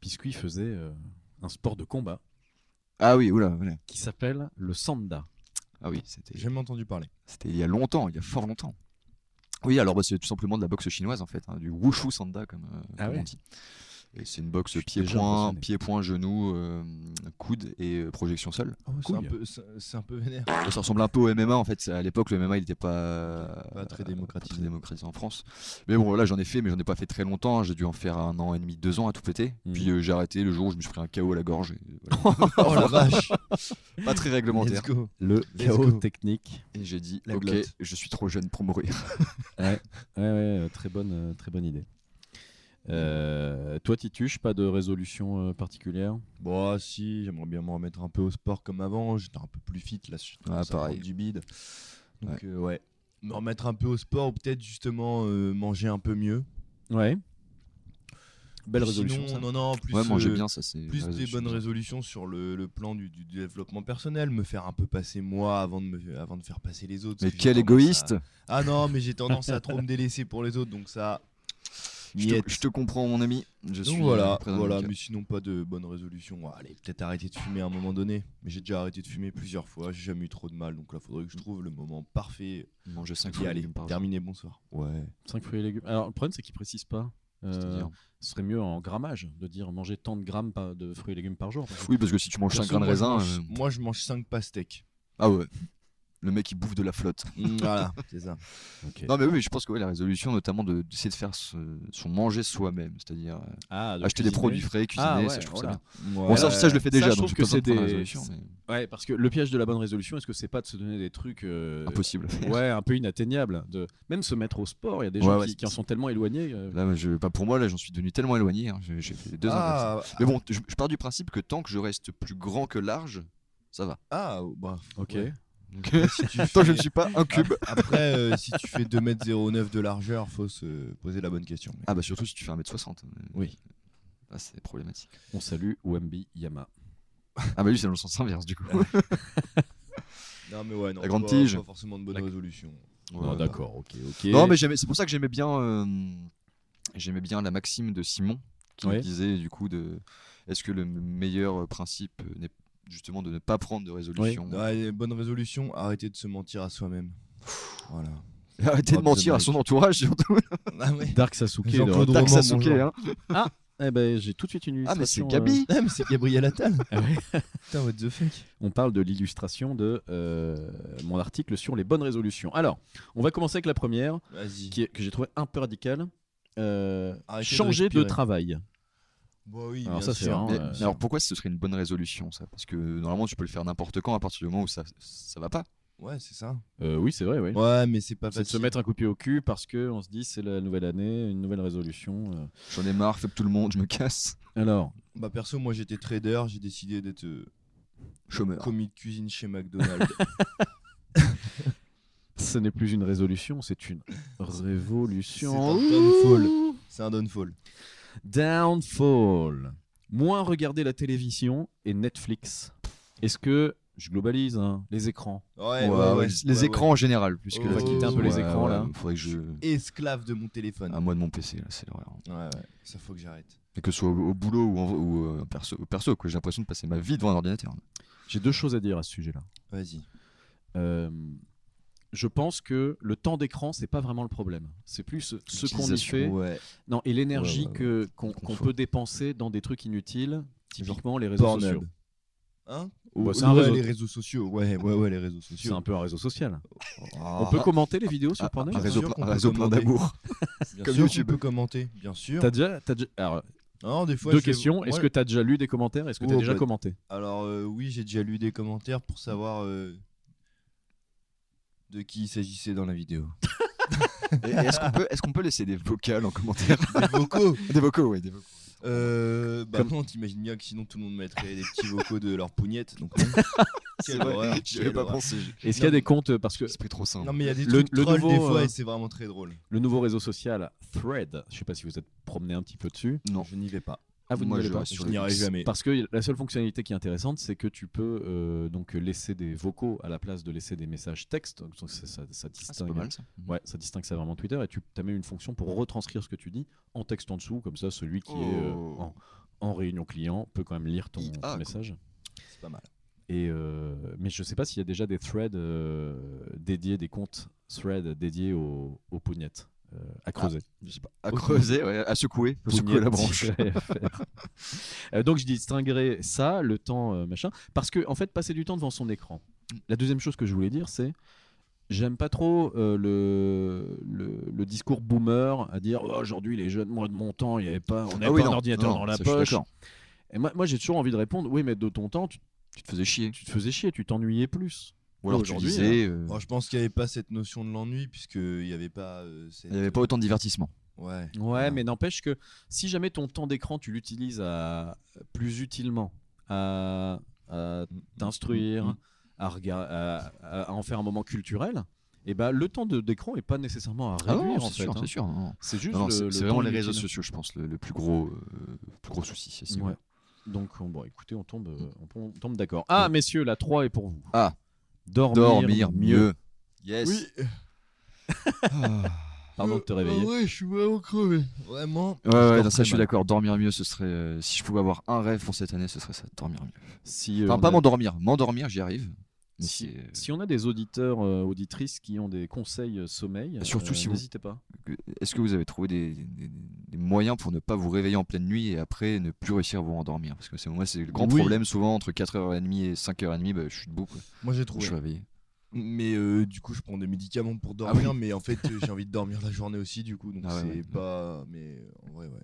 Biscuit faisait euh, un sport de combat Ah oui, oula, voilà. qui s'appelle le sanda. Ah oui, c'était. J'ai jamais entendu parler. C'était il y a longtemps, il y a fort longtemps. Oui, alors bah, c'est tout simplement de la boxe chinoise en fait, hein, du wushu sanda comme, euh, Ah comme ouais. on dit. Et c'est une boxe Je suis déjà pied-point, impressionné. pied-point, genou, euh, coude et euh, projection sol. Ah c'est un Couille. peu- c'est c'est un peu vénère. Ah, Ça ressemble un peu au MMA en fait. À l'époque, le MMA il n'était pas, Pas très ah, euh, démocratisé. pas très démocratisé en France. Mais bon, là j'en ai fait, mais j'en ai pas fait très longtemps. hein. J'ai dû en faire un an et demi, deux ans à tout péter. Mmh. Mhm. Puis euh, j'ai arrêté le jour où je me suis pris un KO à la gorge. et voilà. ah, Oh la vache. pas très Let's réglementaire. go. Le Let's chaos go. technique. Et j'ai dit, La ok, glotte. je suis trop jeune pour mourir. Ouais, ouais, euh, très bonne, euh, très bonne idée. Euh, toi, Tituche, pas de résolution euh, particulière Bon, Bah, si, j'aimerais bien me remettre un peu au sport comme avant. J'étais un peu plus fit là, je suis Ah, ça me pareil. manque du bide. Donc, euh, ouais. Me remettre un peu au sport ou peut-être justement euh, manger un peu mieux. Ouais. Belle résolution. Sinon, ça. non, non, plus, Ouais, moi j'aime euh, bien ça. C'est plus la des résolution. bonnes résolutions sur le, le plan du, du développement personnel, me faire un peu passer moi avant de, me, avant de faire passer les autres. Mais parce que quel j'ai tendance égoïste à- Ah non, mais j'ai tendance à trop me délaisser pour les autres, donc ça. je te, je te comprends, mon ami. Je Donc suis voilà, prêt dans le voilà, cas. mais sinon pas de bonnes résolutions. Ah, Allez, peut-être arrêter de fumer à un moment donné. Mais j'ai déjà arrêté de fumer plusieurs fois, j'ai jamais eu trop de mal, donc là faudrait que je trouve le moment parfait. Manger 5 Qui fois allez, légumes par jour. terminé, bonsoir. Ouais. 5 fruits et légumes. Alors, le problème, c'est qu'ils précisent pas. Euh, C'est-à-dire ce serait mieux en grammage de dire manger tant de grammes par- de fruits et légumes par jour. par exemple. Oui, parce que si tu manges 5 Perso, grains de moi, je raisin. mange- euh, Moi je mange 5 pastèques. Ah ouais. Le mec il bouffe de la flotte. Mm, voilà, c'est ça. Et- Non mais oui, mais je pense que ouais, la résolution notamment de- d'essayer de faire ce- son manger soi-même, c'est-à-dire euh, Ah, de acheter des cuisiner. produits frais, cuisiner, Ah ouais, ça je trouve voilà. ça bien. Bon ça, ça je le fais Ça, déjà, je donc trouve j'ai que pas besoin c'est de prendre la des- résolution, mais Ouais, parce que le piège de la bonne résolution, est-ce que c'est pas de se donner des trucs euh, impossible. Ouais, un peu inatteignables. De... Même se mettre au sport, il y a des gens Ouais, ouais, qui, c'est- qui en sont tellement éloignés. euh, Là, je, pas pour moi, là j'en suis devenu tellement éloigné, hein, j'ai j'ai fait deux ans. comme ça. Ah, Mais bon, je, je pars du principe que tant que je reste plus grand que large, ça va. ah, bah, Ok. ouais. Donc, Si tu tant que je fais- ne suis pas un Ah. cube. Ap- Après, euh, si tu fais 2m09 de largeur, faut se poser la bonne question. Ah bah surtout si tu fais 1m60. euh, Oui. Ah, c'est problématique. On salue Wemby Yama. Ah bah lui c'est dans le sens inverse du coup. Non, mais ouais, non, La grande pas- tige. Pas forcément de bonne La- résolution. Voilà. d'accord, ok, ok. bah. Non, mais j'aimais- c'est pour ça que j'aimais bien, euh, j'aimais bien la maxime de Simon qui Ouais. disait du coup de est-ce que le meilleur principe n'est justement de ne pas prendre de résolution Ouais, bonne résolution, arrêter de se mentir à soi-même. Voilà. Arrêtez de Ah, mentir à c'est son entourage surtout. Ah ouais. Dark Sasuke. Jean-Claude de- Dark Roman, Sasuke, bonjour. hein. Eh ben, j'ai tout de suite une Ah mais c'est illustration. Gabi. Ah, mais c'est Gabriel Attal. euh, ah ouais. Putain, what the fuck. On parle de l'illustration de euh, mon article sur les bonnes résolutions. Alors, on va commencer avec la première, Vas-y. qui est- que j'ai trouvée un peu radicale. Euh, Arrêtez de changer de, respirer. travail. Bah oui, Alors bien ça, c'est sûr. vraiment, Mais- euh, mais alors pourquoi ce serait une bonne résolution ça Parce que normalement tu peux le faire n'importe quand à partir du moment où ça ça va pas. Ouais, c'est ça. Euh, oui, c'est vrai, oui. Ouais, mais c'est pas C'est de bah, facile. se mettre un coup de pied au cul parce que on se dit c'est la nouvelle année, une nouvelle résolution. euh. J'en ai marre, fais tout le monde, je me casse. Alors, Bah, perso, moi j'étais trader, j'ai décidé d'être euh, Ah. Chômeur. commis de cuisine chez McDonald's. ce n'est plus une résolution, c'est une révolution. C'est un downfall. c'est un downfall. Downfall. Moins regarder la télévision et Netflix. Est-ce que je globalise hein, les écrans Ouais, ouais, Ouais, ouais, ouais, les ouais, Oh, écrans en général, puisque On va quitter un peu les Ouais, écrans, ouais, là. Faudrait que je ouais. Esclave de mon téléphone. Ah à moi de mon PC là, c'est l'horreur. Ouais, ouais, ça faut que j'arrête. Et que ce soit au, au boulot ou, en, ou, euh, perso, au perso, quoi. J'ai l'impression de passer ma vie devant un ordinateur. J'ai deux choses à dire à ce sujet-là. Vas-y. Euh, je pense que le temps d'écran, c'est pas vraiment le problème. C'est plus ce- ce qu'on y L'utilisation, fait. Ouais. Non, et l'énergie Ouais, ouais, que- qu'on Qu'on qu'on faut. peut dépenser dans des trucs inutiles, typiquement les réseaux sociaux. Pornhub. Hein Bah, c'est Ouais, un réseau. les réseaux sociaux. Ouais, ouais, ouais, les réseaux C'est sociaux. un peu un réseau social. Ah, On peut commenter les vidéos sur Ah, Pornhub un bien réseau, sûr plein- qu'on un peut réseau plein commander. d'amour. bien comme sûr YouTube. qu'on peut commenter, bien sûr. T'as déjà, t'as déjà- alors, Alors, des fois, deux je vais- questions. moi, Est-ce que t'as déjà lu des commentaires Est-ce que t'as Oh, déjà bah- commenté Alors, euh, oui, j'ai déjà lu des commentaires pour savoir euh, de qui il s'agissait dans la vidéo. Et- et Est-ce qu'on peut, est-ce qu'on peut laisser des vocales en commentaire Des vocaux Des vocaux, oui, des vocaux. euh, Bah Comme- non, t'imagines bien que sinon tout le monde mettrait des petits vocaux de leur pougnette. Donc, non. C'est Quelle vrai, horreur, j'y avais quelle pas horreur. pensé. j'ai- Est-ce qu'il y a Non. des comptes parce que C'est pris trop simple. Non, mais il y a des Le- trucs le trolls des nouveau, fois euh, et c'est vraiment très drôle. le nouveau réseau social Thread, je sais pas si vous êtes promené un petit peu dessus. Non. Je n'y vais pas. Ah, vous n'y Moi, allez je pas reste sur Je le- n'irai jamais. Parce que la seule fonctionnalité qui est intéressante, c'est que tu peux euh, donc laisser des vocaux à la place de laisser des messages textes. Donc ça, ça- ça Ah, c'est pas distingue. mal ça. ouais, ça distingue ça vraiment de Twitter. Et tu as même une fonction pour retranscrire ce que tu dis en texte en dessous, comme ça celui qui est euh, Oh. en, en réunion client peut quand même lire ton, I- ton ah, cool. message. C'est pas mal. Et euh, mais je sais pas s'il y a déjà des threads euh, dédiés, des comptes threads dédiés aux, aux pougnettes euh, Ah, à creuser. Je sais pas. À creuser, ouais, à secouer, à secouer Pougnette, la branche. FR. Euh, Donc je distinguerai ça, le temps, euh, machin, parce que en fait, passer du temps devant son écran. La deuxième chose que je voulais dire, c'est j'aime pas trop euh, le, le, le discours boomer à dire Oh, aujourd'hui les jeunes, moi de mon temps, il y avait pas, on n'avait Ah oui, pas non, un ordinateur non, dans la ça, je suis poche. d'accord. Et moi, moi j'ai toujours envie de répondre oui, mais de ton temps, tu, Tu te faisais chier. tu te faisais chier, tu t'ennuyais plus. Ou alors tu Aujourd'hui, disais. euh, Bon, je pense qu'il n'y avait pas cette notion de l'ennui, puisqu'il n'y avait pas. euh, cette- Il n'y avait pas autant de divertissement. Ouais. Ouais, mais n'empêche que si jamais ton temps d'écran, tu l'utilises à plus utilement, Mm, à, à t'instruire, à, rega- à- à- à en faire un moment culturel, et ben le temps de- d'écran est pas nécessairement à Ah réduire non, en fait. c'est sûr, hein. c'est sûr. non, non. C'est juste Non, non, le- c'est le c'est temps vraiment les inutile. réseaux sociaux, je pense, le, le plus gros, euh, plus gros souci. à ce niveau-là. Ouais. Donc on- bon, écoutez, on tombe, euh, on pom- tombe d'accord. Ah messieurs, la 3 est pour vous. Mm. Ah. dormir, Dormir mieux. mieux. Yes. Ah. Pardon Mm. de te réveiller. Ah Ouais, je suis vraiment crevé. Vraiment. Ouais, ouais, dors non, ça très je suis mal. d'accord. Dormir mieux, ce serait. euh, si je pouvais avoir un rêve pour cette année, ce serait ça. Dormir mieux. Si, euh, Enfin, on pas a- m'endormir. M'endormir, j'y arrive. Mais si, c'est, euh, si on a des auditeurs, euh, auditrices qui ont des conseils euh, sommeil, Et surtout euh, si vous- n'hésitez pas. que- Est-ce que vous avez trouvé des, des- des moyens pour ne pas vous réveiller en pleine nuit et après ne plus réussir à vous endormir Parce que c'est moi, c'est le grand Oui. problème souvent entre 4h30 et 5h30, bah, je suis debout. quoi. Moi j'ai Je trouvé. suis réveillé. Mais euh, du coup, je prends des médicaments pour dormir, oui. mais en fait, euh, j'ai envie de dormir la journée aussi, du coup, donc Ah ouais, c'est ouais. pas. Mais euh, en vrai, ouais.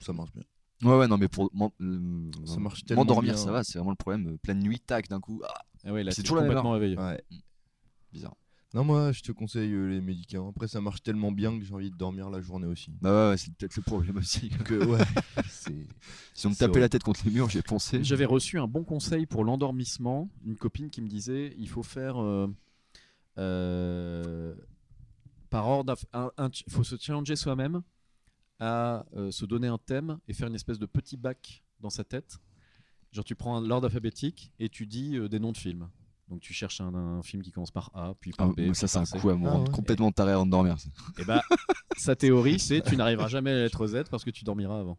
Ça marche bien. Ouais, ouais, non, mais pour m'en- euh, Ça marche tellement m'endormir, bien. ça va, c'est vraiment le problème. euh, Pleine nuit, tac, d'un coup. Ah, Ah ouais, là, C'est t'es toujours la même complètement réveillé. Ouais. bizarre. Non, moi, je te conseille euh, les médicaments. Après, ça marche tellement bien que j'ai envie de dormir la journée aussi. Bah ouais, ouais, c'est peut-être le problème aussi. Donc, euh, ouais, c'est. si on me C'est tapait la tête contre les murs, j'ai pensé. J'avais reçu un bon conseil pour l'endormissement. Une copine qui me disait il faut faire euh, euh, par ordre, aff- un- un ch- faut se challenger soi-même à euh, se donner un thème et faire une espèce de petit bac dans sa tête. Genre tu prends un- l'ordre alphabétique et tu dis euh, des noms de films. Donc tu cherches un, un film qui commence par A, puis Ah, par B. mais puis ça, c'est par un C. coup à me Ah rendre ouais. complètement taré avant de dormir. ça. Et bah sa théorie c'est tu n'arriveras jamais à la lettre Z parce que tu dormiras avant.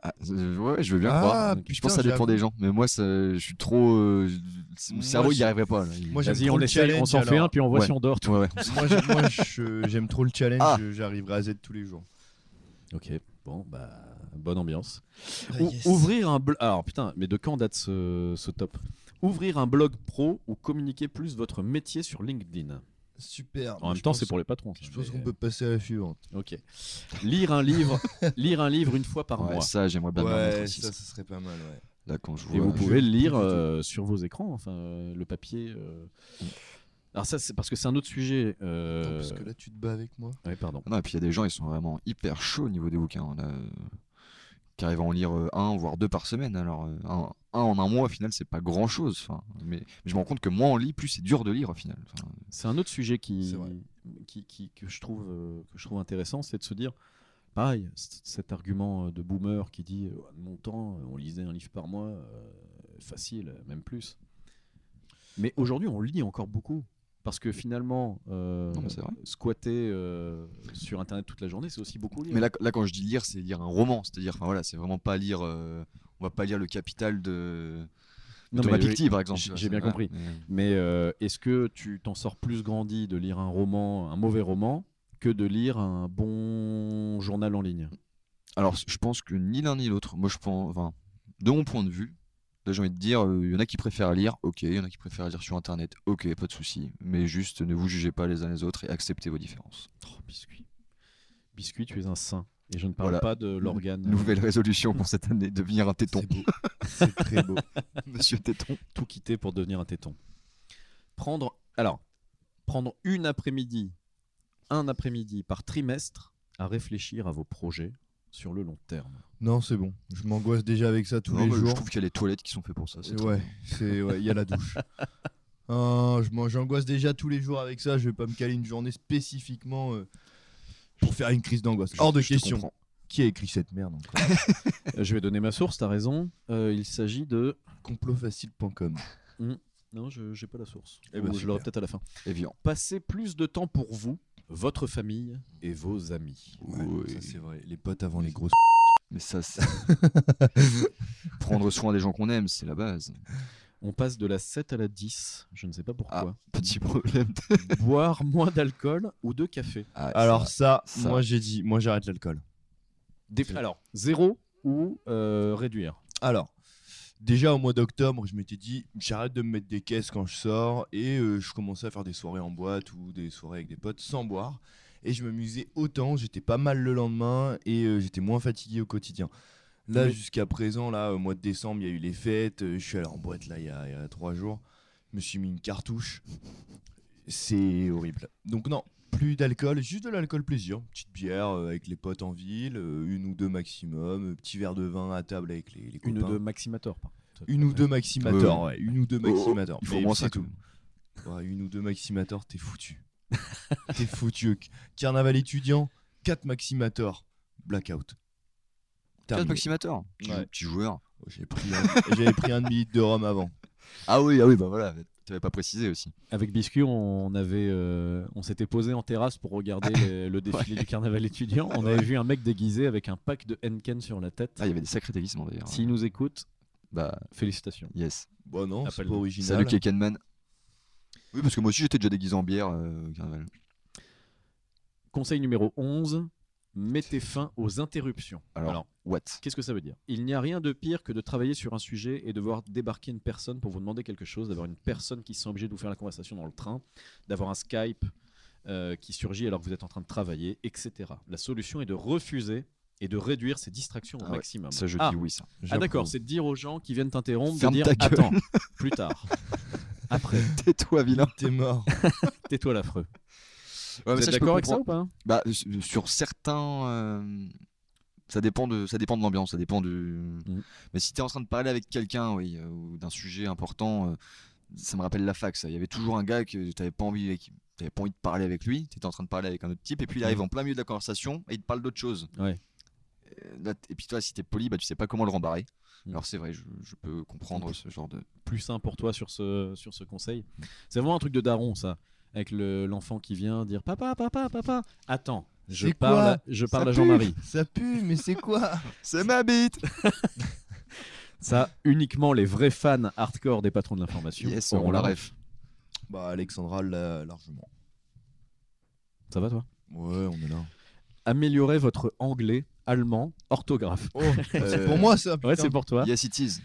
Ah, euh, ouais, ouais, je veux bien Ah, croire. je putain, pense que ça dépend des gens. Mais moi, ça, je suis trop. euh, je- mon Moi, cerveau, il n'y je- arriverait pas. là. Il- Moi, j'aime Vas-y trop on le l'essaye, on challenge, s'en fait alors. un puis on voit Ouais. si on dort. tout. Ouais, ouais. moi, j'ai- moi, je- j'aime trop le challenge. Ah. je- J'arriverai à Z tous les jours. Ok, bon, bah, bonne ambiance. Ah, Ou- Ouvrir un blog. Alors, putain, mais de quand date ce, ce top Ouvrir un blog pro ou communiquer plus votre métier sur LinkedIn. Super. En même temps, c'est pour les patrons. ça, Ah, Je pense mais- qu'on peut passer à la suivante. Ok. Lire un livre, lire un livre une fois par Ouais, mois. ça, j'aimerais bien me remettre Ouais, aussi, ça, ça. ça serait pas mal, ouais. Là, quand je Et vois- vous je- pouvez le lire plus du tout. euh, sur vos écrans, enfin, euh, le papier. euh. Alors ça, c'est parce que c'est un autre sujet. euh, Attends, parce que là, tu te bats avec moi. ouais, pardon. Ah Non, et puis il y a des gens, ils sont vraiment hyper chauds au niveau des bouquins. hein, là, euh, qui arrivent à en lire euh, un, voire deux par semaine. Alors, euh, un, un en un mois, au final, c'est pas grand chose. Enfin, mais, mais je me rends compte que moins on lit, plus c'est dur de lire, au final. Enfin, C'est un autre sujet qui, C'est vrai. qui, qui- que, je trouve, euh, que je trouve intéressant, c'est de se dire, pareil, c- cet argument euh, de boomer qui dit, euh, mon temps, euh, on lisait un livre par mois, euh, facile, euh, même plus. Mais aujourd'hui, on lit encore beaucoup. Parce que finalement, euh, Non, mais c'est vrai. squatter euh, sur Internet toute la journée, c'est aussi beaucoup lire. Mais là, là, quand je dis lire, c'est lire un roman. C'est-à-dire, enfin voilà, c'est vraiment pas lire. euh, on va pas lire le capital de Non, mais- Thomas Piketty, par exemple. j'ai- tu vois, j'ai c'est- Mm. bien voilà. compris. Mais- Mais euh, est-ce que tu t'en sors plus grandi de lire un roman, un mauvais roman, que de lire un bon journal en ligne Alors, je pense que ni l'un ni l'autre. Moi, je pense, enfin, de mon point de vue, là, j'ai envie de dire, euh, il y en a qui préfèrent lire, ok, il y en a qui préfèrent lire sur Internet, ok, pas de souci. Mais juste, ne vous jugez pas les uns les autres et acceptez vos différences. Oh, biscuit. Biscuit, tu es un saint. Et je ne parle Voilà. pas de l'organe. Nouvelle résolution pour cette année, devenir un téton. C'est beau. C'est très beau. Monsieur téton. Tout quitter pour devenir un téton. Prendre, alors, prendre une après-midi, un après-midi par trimestre à réfléchir à vos projets sur le long terme. Non, c'est bon. Je m'angoisse déjà avec ça tous Non, les mais je jours. trouve qu'il y a les toilettes qui sont faites pour ça. c'est très Ouais, bien. c'est ouais, il y a la douche. Ah, je m'en- j'angoisse déjà tous les jours avec ça. Je vais pas me caler une journée spécifiquement euh, pour faire une crise d'angoisse. Je- Hors de je te question. comprends. Qui a écrit cette merde encore Euh, je vais donner ma source, t'as raison. Euh, il s'agit de. Complotfacile.com. Non, je j'ai pas la source. Eh ben, Ou je l'aurai super. peut-être à la fin. Évident. Passez plus de temps pour vous, votre famille et vos amis. Oui. Ça c'est vrai. Les potes avant les grosses. Mais ça, c'est. Prendre soin des gens qu'on aime, c'est la base. On passe de la 7 à la 10, je ne sais pas pourquoi. Petit problème. Boire moins d'alcool ou de café. Ah, ça- Alors ça, ça. moi j'ai dit, moi j'arrête l'alcool. Des- C'est- Alors, zéro ou euh, réduire. Alors, déjà au mois d'octobre, je m'étais dit, j'arrête de me mettre des caisses quand je sors et euh, je commençais à faire des soirées en boîte ou des soirées avec des potes sans boire. Et je m'amusais autant, j'étais pas mal le lendemain et euh, j'étais moins fatigué au quotidien. Là, Mais- jusqu'à présent, là, au mois de décembre, il y a eu les fêtes. euh, je suis allé en boîte là il y, a, il y a trois jours. Je me suis mis une cartouche. C'est horrible. Donc non, plus d'alcool, juste de l'alcool plaisir. Petite bière euh, avec les potes en ville, euh, une ou deux maximum. euh, Petit verre de vin à table avec les, les Une copains. de maximator. par contre. Une ou deux maximator, Ouais, ouais, une ou deux Oh, oh, maximator. il faut Mais au moins c'est ça, tout. Ouais, une ou deux maximator, t'es foutu. T'es foutu. Carnaval étudiant, 4 Maximator, blackout. Quatre Terminé. Maximator, petit, Ouais. petit joueur. J'ai pris, un- j'avais pris un demi-litre de rhum avant. Ah oui, ah oui, bah voilà, t'avais pas précisé aussi. Avec Biscuit, on avait, euh, on s'était posé en terrasse pour regarder le, le défilé du carnaval étudiant. On avait vu un mec déguisé avec un pack de Henken sur la tête. Ah, il y avait des sacrés déguisements d'ailleurs. S'il nous écoute, Bah, félicitations. yes. Bon, Bah non, c'est Appelle- pas original. Salut Kekenman. Oui, parce que moi aussi j'étais déjà déguisé en bière euh, au carnaval. Conseil numéro 11, mettez fin aux interruptions. Alors, What Qu'est-ce que ça veut dire Il n'y a rien de pire que de travailler sur un sujet et de voir débarquer une personne pour vous demander quelque chose, d'avoir une personne qui sent obligée de vous faire la conversation dans le train, d'avoir un Skype euh, qui surgit alors que vous êtes en train de travailler, etc. La solution est de refuser et de réduire ces distractions au Ah ouais, maximum. Ça, je ah, dis oui, ça. ah d'accord, c'est de dire aux gens qui viennent t'interrompre, de Ferme dire ta gueule. attends, plus tard, après, Tais-toi, vilain. T'es mort. tais-toi l'affreux. Ouais, vous mais ça, êtes je peux d'accord avec ça comprendre. ou pas Bah, s- sur certains. euh, ça dépend de ça dépend de l'ambiance, ça dépend du. Mais si t'es en train de parler avec quelqu'un, oui, euh, ou d'un sujet important, euh, ça me rappelle la fac. Ça, il y avait toujours un gars que t'avais pas envie, avec- t'avais pas envie de parler avec lui. T'étais en train de parler avec un autre type, et puis il arrive en plein milieu de la conversation et il te parle d'autre chose. Ouais. Euh, là, t- Et puis toi, si t'es poli, bah tu sais pas comment le rembarrer. Mm. Alors c'est vrai, je, je peux comprendre ce genre de. plus sain pour toi sur ce, sur ce conseil. C'est vraiment un truc de daron, ça. Avec le- l'enfant qui vient dire Papa, papa, papa, attends, je C'est parle, quoi à- je Ça parle à pue, Jean-Marie. Ça pue, mais c'est quoi C'est ma bite. Ça, uniquement les vrais fans hardcore des patrons de l'information. Yes, auront on la ref. ref. Bah, Alexandra, l'a- largement. Ça va, toi Ouais, on est là. Améliorer votre anglais, allemand, orthographe. Oh, c'est pour moi ça. Putain, Ouais, c'est pour toi. Yes, it is.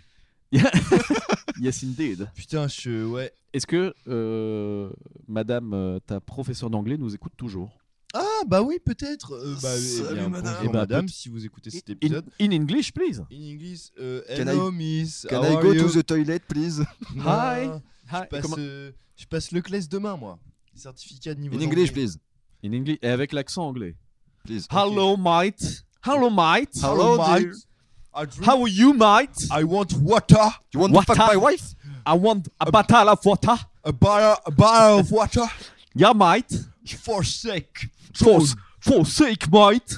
Yes, indeed. putain je. Ouais. Est-ce que euh, madame, euh, ta professeure d'anglais, nous écoute toujours Ah, bah oui, peut-être. Euh, bah, eh Salut, bien, madame. bonjour, Eh bah, madame, peut- si vous écoutez cet in, épisode. in English, please. In English, euh, Can hello, miss. Can how I are go you? to the toilet, please? Non, Hi. Je passe, Comment- euh, je passe le class demain, moi. Certificat de niveau. In d'anglais. English, please. In English, et avec l'accent anglais. Please. Hello, mate. Hello, mate. Hello, Hello, mate. I, drink- How are you, mate? I want water. You want to What fuck time? my wife? I want a bottle of water. A bar, a bar of water. Yeah, mate. For sake. For, for sake, mate.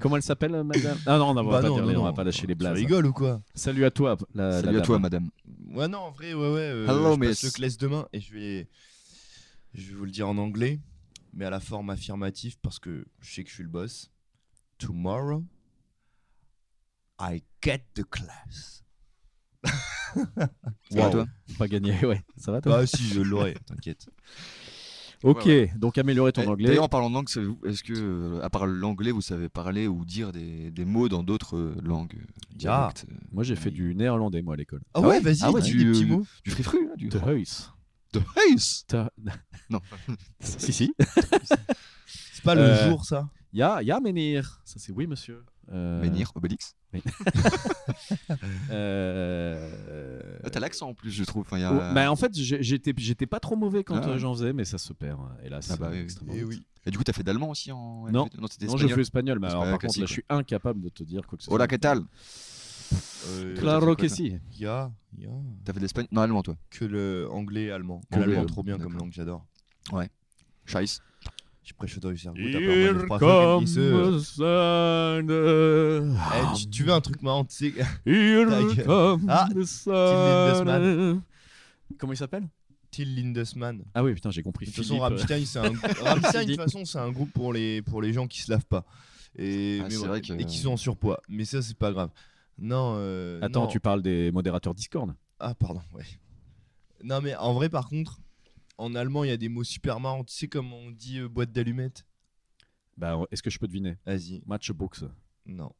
Comment elle s'appelle, euh, madame Ah non, on va Bah pas non, dire non, les noms, on non. va pas lâcher les hein. Tu blagues. rigoles ou quoi Salut à toi, la, la Salut à dame. toi, madame. Ouais, non, en vrai, ouais, ouais. euh, Hello, je miss. passe le class demain et je vais. Je vais vous le dire en anglais, mais à la forme affirmative parce que je sais que je suis le boss. Tomorrow, I get the class. Salut à Wow. toi. Pas gagné, ouais. Ça va, toi Bah, si, je l'aurai, t'inquiète. Ok, ouais, donc améliorer ton Eh, anglais. D'ailleurs, en parlant d'anglais, savez-vous- est-ce que, euh, à part l'anglais, vous savez parler ou dire des, des mots dans d'autres euh, langues euh, Ah. dialectes, euh, Moi, j'ai fait du néerlandais, moi, à l'école. Ah ouais, ouais, vas-y, ah ouais, dis tu- des petits mots. Du frifru, là, du De Heus. De Heus Ta- Non. si, si. C'est pas le Euh, jour, ça. Ya, ya, menhir. Ça, c'est oui, monsieur. Euh, Menhir, Obélix. euh, Ah, T'as l'accent en plus, je trouve. Enfin, il y a- ouais, bah, en fait, j'ai- j'étais j'étais pas trop mauvais quand Euh, Ah. euh, j'en faisais, mais ça se perd, hein, hélas. Ah bah euh, oui, oui. extrêmement Eh vite. oui. Et du coup, t'as fait d'allemand aussi en Non. non c'était Non, je espagnol. fais espagnol, mais C'est alors pas par contre, classique, là, je suis incapable de te dire quoi que ce soit. Hola, ¿qué tal Euh, Claro que Quoi, si. Ya, ya. T'as fait de l'espagnol Non, allemand, toi. Que le anglais, allemand. Anglais, L'allemand, euh, trop bien comme d'accord. langue, j'adore. Scheiß. Je prêche au cerveau, Oh, t'as Here pas comes envie de the thunder. Eh, Eh, tu, tu veux un truc marrant, tu sais. Ta Here gueule. comes Ah, the Lindesmann. thunder. Comment il s'appelle Till Lindesman. Ah oui, putain, j'ai compris. De toute Philippe. euh. façon, Rammstein, c'est un... Rammstein, de Philippe. toute façon, c'est un groupe pour les, pour les gens qui se lavent pas. Et, Ah, mais c'est ouais, vrai que- et qui sont en surpoids. Mais ça, c'est pas grave. Non. euh, Attends, non. tu parles des modérateurs Discord Ah, pardon, ouais. Non, mais en vrai, par contre, en allemand, il y a des mots super marrants. Tu sais comment on dit euh, boîte d'allumettes Bah, est-ce que je peux deviner Vas-y. Matchbox. Non.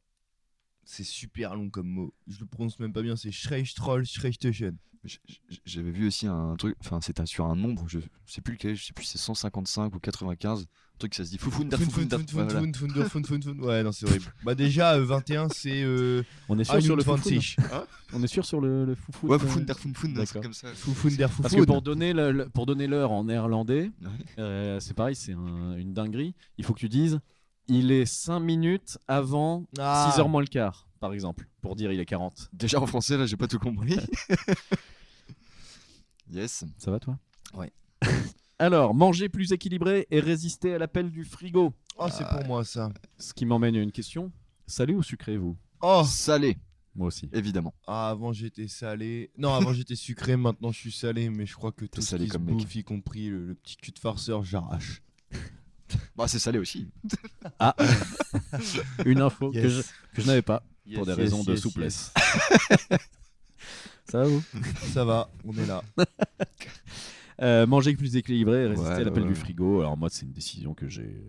C'est super long comme mot. Je le prononce même pas bien. C'est Schreichtroll, Schreichtöchen. J- j- J'avais vu aussi un truc, enfin, c'était sur un nombre, je sais plus lequel, je sais plus si c'est 155 ou 95. Un truc, ça se dit foufoun, Fun, fun, fun, fun, voilà. fun, fun, fun, fun, fun. Ouais, non, c'est horrible. Bah, déjà, euh, 21, c'est. Euh, On est sûr sur le foufoune 21. On est sûr sur le, euh, le foufoune Ah, Ouais, foufoun, der foufoun, un D'accord. truc comme ça. Foufoun der Parce que Foufoun. pour donner le- le- pour donner l'heure en néerlandais, Ouais. euh, c'est pareil, c'est un- une dinguerie. Il faut que tu dises il est 5 minutes avant Ah. 6h moins le quart, par exemple, pour dire il est 40. Déjà en français, là, j'ai pas tout compris. yes. Ça va toi Ouais. Alors, manger plus équilibré et résister à l'appel du frigo. Oh, c'est pour moi Euh, ça. Ce qui m'emmène à une question. Salé ou sucré, vous Oh Salé, Moi aussi. évidemment. Ah, avant j'étais salé. Non, avant j'étais sucré, maintenant je suis salé, mais je crois que tout ce salé qui se comme mec. bouffe, y compris le, le petit cul de farceur, j'arrache. Bah, c'est salé aussi. Ah Une info que Yes. je, que je n'avais pas Yes, pour des yes, raisons de yes, souplesse. Ça va vous yes. Ça va, on est là. Euh, Manger plus équilibré et résister Ouais, à l'appel ouais. du frigo. Alors, moi, c'est une décision que j'ai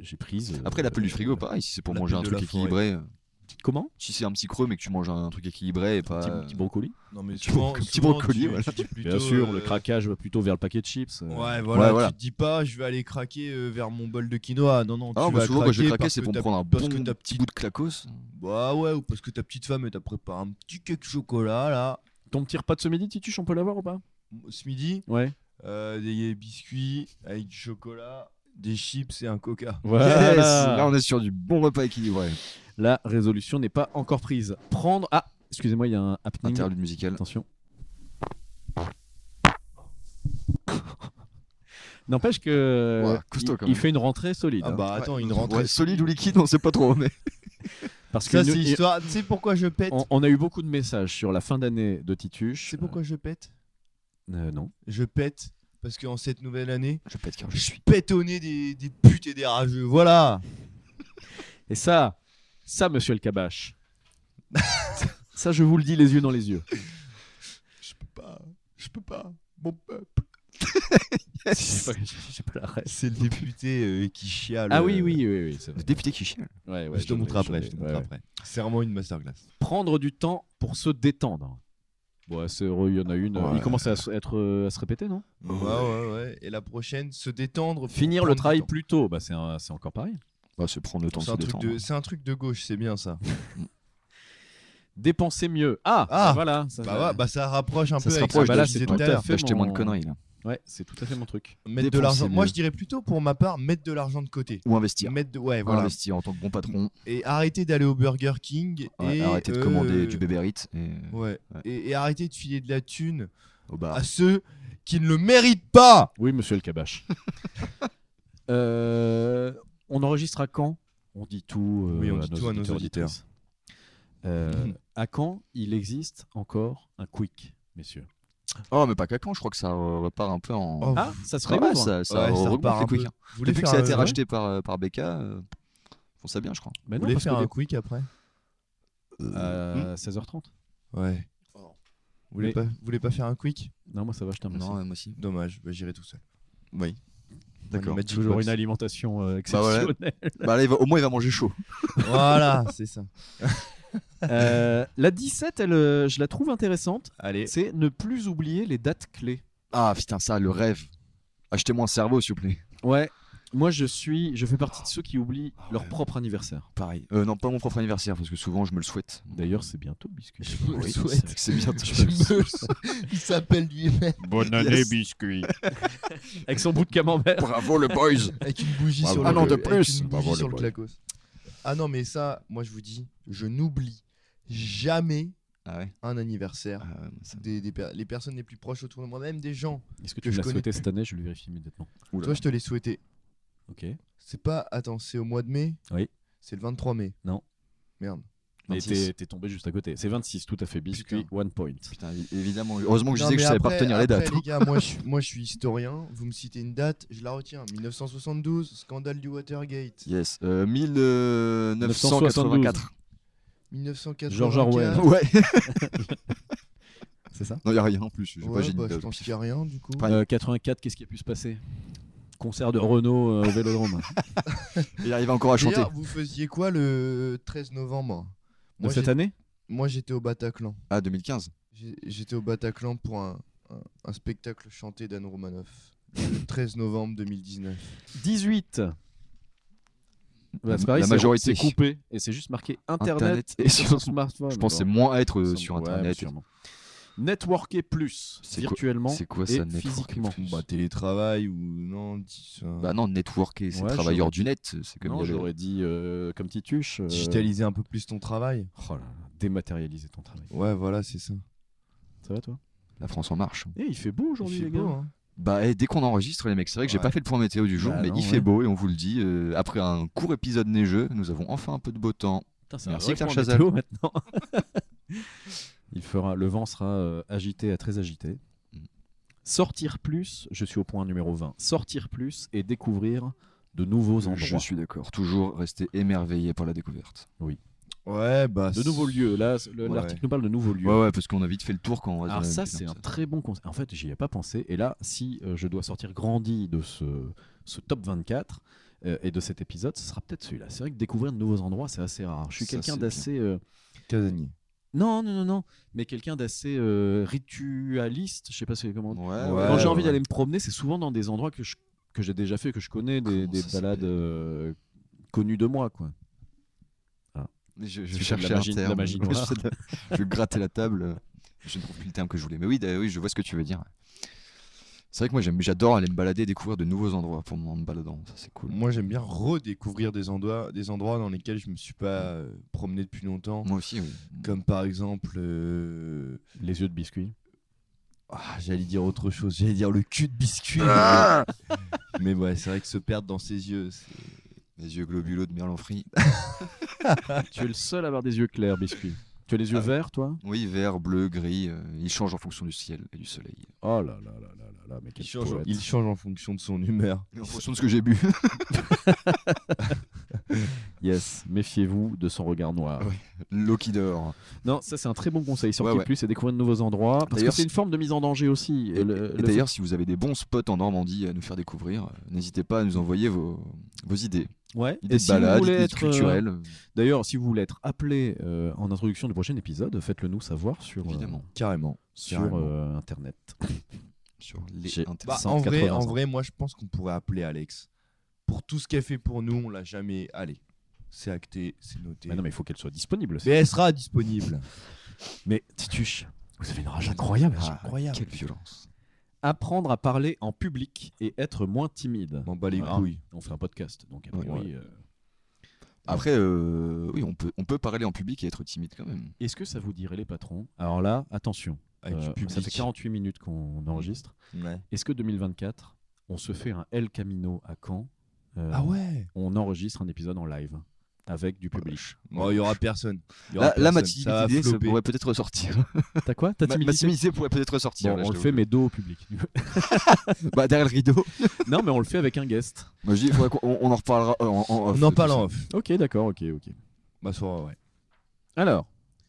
j'ai prise. euh, Après, l'appel du frigo, pas pareil, si c'est pour l'appel manger un de truc Euh, la forêt. équilibré. euh, Comment Si c'est un petit creux, mais que tu manges un truc équilibré et pas. euh, petit, petit brocoli Non, mais Petit souvent, bro- petit souvent, brocoli, tu- voilà. tu dis plutôt, Bien sûr, le euh, craquage va plutôt vers le paquet de chips. euh. Ouais, voilà, voilà. tu te dis pas, je vais aller craquer euh, vers mon bol de quinoa. Non, non, Ah, tu bah, vas souvent, quand craquer je craquais, parce c'est que pour me ta- prendre un bon parce que ta petit petite- bout de clacos. Bah ouais, ou parce que ta petite femme, elle t'a préparé un petit cake chocolat, là, Ton petit repas de ce midi, Tituche, on peut l'avoir ou pas ce midi. Ouais. Euh, des biscuits avec du chocolat, des chips et un coca. Voilà. Yes Là, on est sur du bon repas équilibré. La résolution n'est pas encore prise. Prendre. Ah, excusez-moi, il y a un happening. Interlude musical. Attention. N'empêche que euh, Ouais, costaud, quand il, il même. fait une rentrée solide. Ah hein. bah Ouais. attends, une Ouais, rentrée. solide ou liquide, on sait pas trop, mais. Parce que Ça nous- c'est il- histoire. Tu sais pourquoi je pète on, on a eu beaucoup de messages sur la fin d'année de Tituche. C'est pourquoi je pète Euh, non. Je pète parce qu'en cette nouvelle année, Je pète car je je suis. suis pétonné des, des putes et des rageux. Voilà. Et ça, ça, monsieur le cabache. ça, je vous le dis les yeux dans les yeux. Je peux pas. Je peux pas. Mon peuple. J'ai pas- j'ai pas la ref. C'est le député euh, qui chiale. Ah euh, oui, oui, oui, oui. c'est vrai. Le député qui chiale. Ouais, ouais, je te l'ai, montre après. l'ai, Je te ouais, montre ouais. après. C'est vraiment une masterclass. Prendre du temps pour se détendre. Bon, c'est heureux, il y en a une. euh, Ouais. Il commence à se, être, euh, à se répéter, non Ouais, ouais, ouais. Et la prochaine, se détendre. pour Finir prendre le du travail temps. plus tôt, bah, c'est un- c'est encore pareil. Bah, c'est prendre le temps C'est hein. de se un, truc détendre. de, c'est un truc de gauche, c'est bien ça. Dépenser mieux. Ah, Ah bah voilà. ça- Bah, ouais, bah ça rapproche un Ça peu se avec rapproche ce de- que là, je c'est disais tout tout à à l'heure. fait Là, j'étais moins de mon- conneries, là. Ouais, c'est tout à fait mon truc. Mettre de Dépenser l'argent. Moi, mieux. je dirais plutôt pour ma part, mettre de l'argent de côté. Ou investir. Mettre de- Ah Ouais, voilà. Investir en tant que bon patron. Et arrêter d'aller au Burger King. Ouais, et arrêter de euh, commander du Bébé Rit et Ouais. Ouais. Ah. Et, et arrêter de filer de la thune au bar. à ceux qui ne le méritent pas. Oui, monsieur le cabache. Euh, on enregistre à quand On dit tout, euh, Oui, on dit tout à nos auditeurs. auditrices. Euh, à quand il existe encore un quick, messieurs Oh, mais pas qu'à quand, je crois que ça euh, repart un peu en. Oh, Ah, ça ça serait va, bon. ça, ça Ouais, remonte repart les un peu. quicks, hein. Vous voulez Depuis que faire ça a été un- racheté par, euh, par Becca, euh, ils font ça bien, je crois. Mais Vous Ben non, voulez parce faire que euh, un quick après Euh, des- Euh, à 16h30. Ouais. Vous voulez, Mais- pas, vous voulez pas faire un quick Non, moi ça va, je t'en hmm. remercie. Non, ouais, moi aussi. Dommage, bah, j'irai tout seul. Oui. D'accord. D'accord. Toujours une alimentation euh, exceptionnelle. Bah là, il va- au moins, il va manger chaud. voilà, c'est ça. Euh, la 17, elle, euh, je la trouve intéressante. Allez. C'est ne plus oublier les dates clés. Ah putain, ça, le rêve. Achetez-moi un cerveau, s'il vous plaît. Ouais. Moi, je suis, je fais partie de ceux qui oublient Ah leur propre anniversaire. Pareil. Euh, non, pas mon propre anniversaire, parce que souvent, je me le souhaite. D'ailleurs, c'est bientôt biscuit. Je me le Oui, souhaite. C'est bientôt. Je me- Il s'appelle lui-même Bonne année, biscuit. Avec son bout de camembert. Bravo, le boys. avec une bougie Bravo. sur le Ah non, de avec une plus. bougie Bravo, le sur le boy. clacos. Ah non, mais ça, moi je vous dis, je n'oublie jamais Ah ouais. un anniversaire. Ah ouais, moi, ça- Des, des per- les personnes les plus proches autour de moi, même des gens. Est-ce que Que tu me je l'as connais. souhaité cette année Je le vérifie immédiatement. Oula. Toi, je te l'ai souhaité. Ok. C'est pas. Attends, c'est au mois de mai Oui. C'est le 23 mai Non. Merde. Mais 26. t'es t'es tombé juste à côté. C'est 26, tout à fait. Biscuit, one point. Putain, évi- évidemment. Heureusement que Oh, je Non, disais mais que je savais pas après- retenir les après, dates. Les gars, moi je, suis- moi je suis historien. Vous me citez une date, je la retiens. 1972, scandale du Watergate. Yes. Euh, 1984. 1984. George Orwell. Ouais. C'est ça Non, il a rien en plus. J'ai pas, Ouais, j'ai une bah, je date. pense qu'il n'y a rien du coup. Pas- Euh, 84, qu'est-ce qui a pu se passer Concert de Renault euh, au Vélodrome. Il arrive encore à chanter. D'ailleurs, vous faisiez quoi le 13 novembre De Moi, cette j'ai- année moi, j'étais au Bataclan. Ah, 2015. J'ai- J'étais au Bataclan pour un, un- un spectacle chanté d'Anne Romanoff. Le 13 novembre 2019. 18. La- Bah, c'est pareil, la c'est- majorité. C'est coupé et c'est juste marqué Internet, Internet et et sur sur- smartphone. Je pense que c'est Bon. moins à être euh, bah, Semble- sur ouais, internet. sûrement. Networker plus C'est quoi- virtuellement. C'est quoi et ça, networker physiquement. plus Bah, télétravail ou non dis- euh, Bah non, networker, c'est Ouais, travailleur j'aurais- du net. C'est comme il y Non, avait- j'aurais dit euh, comme Tituche. euh, Digitaliser un peu plus ton travail. oh là là, dématérialiser ton travail. Ouais, voilà, c'est ça. Ça va toi la France en marche. Eh, il fait beau Il aujourd'hui fait les beau, gars. hein. Bah, eh, dès qu'on enregistre, les mecs, c'est vrai que j'ai Ouais. pas fait le point météo du jour, Bah mais non, il ouais. fait beau et on vous le dit. euh, après un court épisode neigeux, nous avons enfin un peu de beau temps. Putain, c'est Merci, vrai Claire point Chazal. météo, maintenant. Il fera, le vent sera euh, agité à très agité. Mm. Sortir plus, je suis au point numéro 20. Sortir plus et découvrir de nouveaux endroits, Je suis d'accord. Toujours rester émerveillé par la découverte. Ouais, bah. de c'est- nouveaux lieux. Là, c- le- Ouais, l'article ouais. nous parle de nouveaux lieux. Ouais, ouais, parce qu'on a vite fait le tour quand on reste Alors dans la ça, même c'est pièce. un très bon conseil. En fait, j'y ai pas pensé. Et là, si euh, je dois sortir grandi de ce, ce top 24 euh, et de cet épisode, ce sera peut-être celui-là. C'est vrai que découvrir de nouveaux endroits, c'est assez rare. Je suis Ça, quelqu'un c'est d'assez... euh, Casanier. Non, non, non, non. Mais quelqu'un d'assez euh, ritualiste. Je sais pas si comment Ouais, Ouais, Quand j'ai ouais, envie ouais. d'aller me promener, c'est souvent dans des endroits que je- que j'ai déjà fait, que je connais, des, Comment des ça balades s'appelle euh, connues de moi, quoi. Je, C'est je de cherchais la un magie- de la terme. magie je, noire. je grattais la table. Je ne trouve plus le terme que je voulais. Mais oui, d'ailleurs, oui je vois ce que tu veux dire. C'est vrai que moi, j'aime- j'adore aller me balader, découvrir de nouveaux endroits pour moi en me baladant. Ça, c'est cool. Moi, j'aime bien redécouvrir des endroits, des endroits dans lesquels je me suis pas euh, promené depuis longtemps. Moi aussi, oui. Comme par exemple. euh, Les yeux de biscuit. ah, j'allais dire autre chose. J'allais dire le cul de biscuit. Ah mais ouais, c'est vrai que se perdre dans ses yeux. c'est- Les yeux globuleux de Merlan Free. tu es le seul à avoir des yeux clairs, biscuit. Tu as les yeux verts, toi Oui, vert, bleu, gris. euh, ils changent en fonction du ciel et du soleil. Oh là là là là là là, mais quel Il change, poète. il change en fonction de son humeur. Et en fonction de ce que j'ai bu. Yes, méfiez-vous de son regard noir. Ouais. L'eau qui dort. Non, ça c'est un très bon conseil. Sortir Ouais, ouais. plus et découvrir de nouveaux endroits. Parce que D'ailleurs, c'est une forme de mise en danger aussi. Et, Et le- et le fait- d'ailleurs, si vous avez des bons spots en Normandie à nous faire découvrir, euh, n'hésitez pas à nous envoyer vos, vos idées. ouais. Idées Et de si vous balades, voulez idées être, euh, culturelles. D'ailleurs, si vous voulez être appelé euh, en introduction du prochain épisode, faites-le nous savoir sur, euh, Évidemment. Carrément. sur Carrément. euh, Internet. Sur les J'ai- internets. Bah, 180 en, vrai, en ans. vrai, moi je pense qu'on pourrait appeler Alex. Pour tout ce qu'elle fait pour nous, on l'a jamais. Allez, c'est acté, c'est noté. Mais non, mais il faut qu'elle soit disponible. Mais elle sera disponible. Mais Tituche, vous avez une rage incroyable. Ah, incroyable. Quelle violence. Apprendre à parler en public et être moins timide. M'en bats les Voilà. couilles. On fait un podcast, donc a Ouais. priori. euh, Bah, Après, euh, oui, on peut, on peut parler en public et être timide quand même. Est-ce que ça vous dirait les patrons Alors là, attention. Avec du euh, public. ça fait 48 minutes qu'on enregistre. Ouais. Est-ce que 2024, on se fait un El Camino à Caen Euh, Ah ouais On enregistre un épisode en live avec du public. Oh, Bon, il y aura personne. Il y aura Là, là, ma personne. Ça va timidité ça flopper. pourrait peut-être ressortir. T'as quoi T'as Ma, ma timidité pourrait peut-être ressortir. Bon, là, je on le t'avoue. fait, mais dos au public. Bah, derrière le rideau. non, mais on le fait avec un guest. Moi, je dis, faudrait qu'on- on, on en reparlera. euh, en, On en parle parlant. en off. Ok, d'accord, ok, ok. Bah, ça aura, ouais. Alors,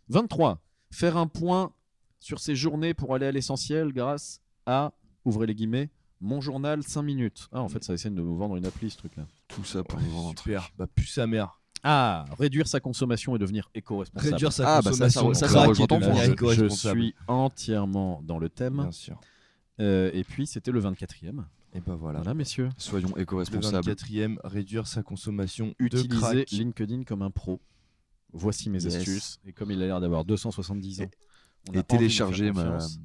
23. Faire un point sur ces journées pour aller à l'essentiel grâce à, ouvrez les guillemets, mon journal 5 minutes. Ah, en fait, ça essaie de nous vendre une appli, ce truc-là. Tout ça pour Ouais, nous vendre un truc. super. Bah, plus sa mère. Ah, réduire sa consommation et devenir éco-responsable. Réduire sa Ah, bah, ça, ça consommation. re- ça, de ça crack rejoint et ton devenir point. Je, je éco-responsable. suis entièrement dans le thème. Bien sûr. Euh, et puis, c'était le 24e. Et bah, voilà. Voilà, messieurs. Soyons Le éco-responsables. 24ème, réduire sa consommation de Utiliser crack. LinkedIn comme un pro. Voici mes Yes. astuces. Et comme il a l'air d'avoir 270 ans, on n'a Et pas envie de lui faire télécharger ma, confiance.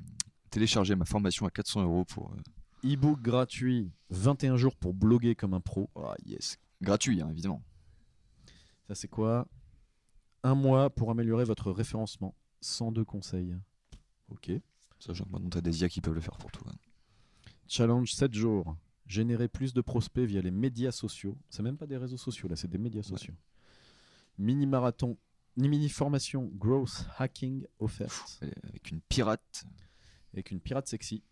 télécharger ma formation à 400 euros pour. euh, e-book gratuit, 21 jours pour bloguer comme un pro. Ah, voilà, yes. Gratuit, hein, évidemment. Ça, c'est quoi Un mois pour améliorer votre référencement. 102 conseils. Ok. Sachant que maintenant, t'as des IA qui peuvent le faire pour toi. hein, Challenge 7 jours. Générer plus de prospects via les médias sociaux. C'est même pas des réseaux sociaux, là, c'est des médias sociaux. Mini-marathon, ni mini-formation growth hacking offerte. Et Avec une pirate. Avec une pirate sexy.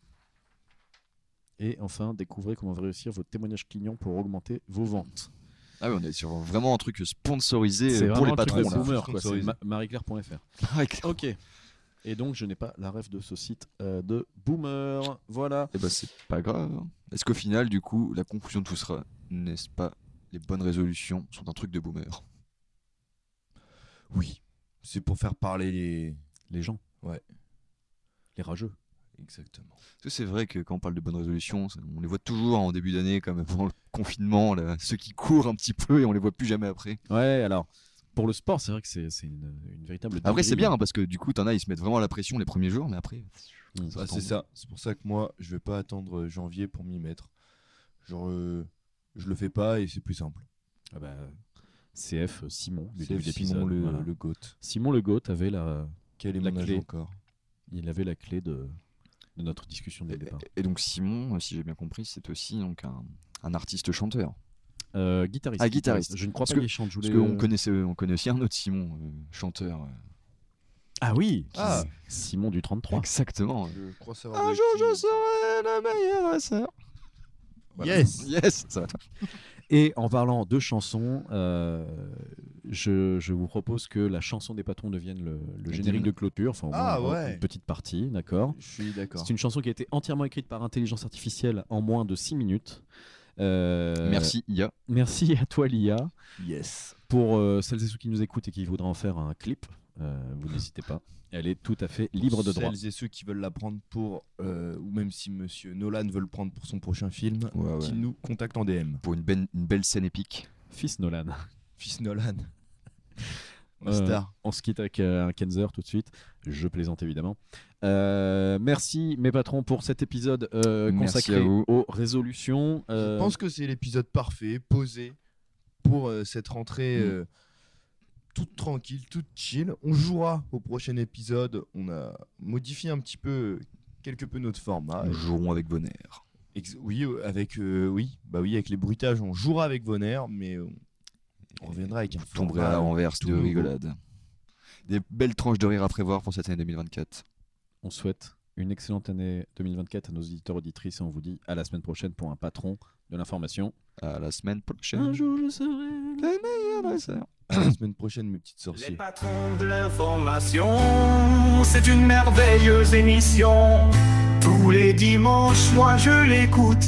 Et enfin, découvrez comment réussir vos témoignages clients pour augmenter vos ventes. Ah oui, on est sur vraiment un truc sponsorisé euh, vraiment pour les un truc de patrons. là. boomer, quoi. C'est Sponsorisé. ma- marieclaire.fr. Ok. Et donc, je n'ai pas la ref de ce site euh, de Boomer. Voilà. Et bah c'est pas grave. hein. Est-ce qu'au final, du coup, la conclusion de tout sera, n'est-ce pas, les bonnes résolutions sont un truc de boomer Oui. C'est pour faire parler les. Les gens. Ouais. Les rageux. Exactement. Parce que c'est vrai que quand on parle de bonnes résolutions, ça- on les voit toujours en début d'année, comme pendant le confinement, là, ceux qui courent un petit peu et on les voit plus jamais après. Ouais, alors, pour le sport, c'est vrai que c'est c'est une, une véritable. Après, c'est dinguerie. bien, hein, parce que du coup, t'en as, ils se mettent vraiment la pression les premiers jours, mais après. Mm. ça Bah, retombe. c'est ça. C'est pour ça que moi, je vais pas attendre euh, janvier pour m'y mettre. Genre, euh, je le fais pas et c'est plus simple. Ah bah, CF Simon, du C'est Simon début d'épisode. le, voilà. le goat. Simon Le Goat avait la, Quel est La mon âge clé. encore il avait la clé de, de notre discussion dès le départ. Et donc Simon, euh, si j'ai bien compris, c'est aussi donc un, un artiste chanteur. Euh, guitariste. Ah, guitariste. Je ne crois Parce pas que- qu'il chante. je Parce voulais- qu'on connaissait, on connaissait un autre Simon, euh, chanteur. euh, Ah oui Ah. Simon du 33. Exactement. euh. Je crois savoir. Un de jour qui- je serai le meilleur dresseur. Voilà. Yes. Yes, ça va. Et en parlant de chansons, euh, je, je vous propose que la chanson des patrons devienne le, le Le générique hymne. de clôture, enfin au Ah, moins, ouais. une petite partie, d'accord Je suis d'accord. C'est une chanson qui a été entièrement écrite par intelligence artificielle en moins de 6 minutes. Euh, Merci IA. Merci à toi, Lia. Yes. Pour euh, celles et ceux qui nous écoutent et qui voudraient en faire un clip, euh, vous n'hésitez pas. Elle est tout à fait libre de droit. Celles et ceux qui veulent la prendre pour, euh, ou même si Monsieur Nolan veut le prendre pour son prochain film, Ouais, ouais. qu'il nous contacte en DM. Pour une, ben- une belle scène épique. Fils Nolan. Fils Nolan. Ma Euh, star. On se quitte avec euh, un Kenzer tout de suite. Je plaisante évidemment. Euh, merci mes patrons pour cet épisode euh, Merci à consacré vous. aux résolutions. Euh, Je pense que c'est l'épisode parfait, posé, pour euh, cette rentrée Mm. euh, toute tranquille, toute chill. On jouera au prochain épisode. On a modifié un petit peu, euh, quelque peu notre format. Nous jouerons avec bonheur. Ex- oui, euh, avec, euh, oui, bah oui, avec les bruitages, on jouera avec Vonner, mais on, on reviendra avec un Vous tomberez format, à euh, l'envers tout de nouveau. rigolade. Des belles tranches de rire à prévoir pour cette année 2024. On souhaite une excellente année 2024 à nos auditeurs auditrices et on vous dit à la semaine prochaine pour un patron de l'information. À la semaine prochaine. je serai meilleur dresseur. à la semaine prochaine, mes petites sorciers. Les patrons de l'information, c'est une merveilleuse émission. Tous les dimanches, moi je l'écoute,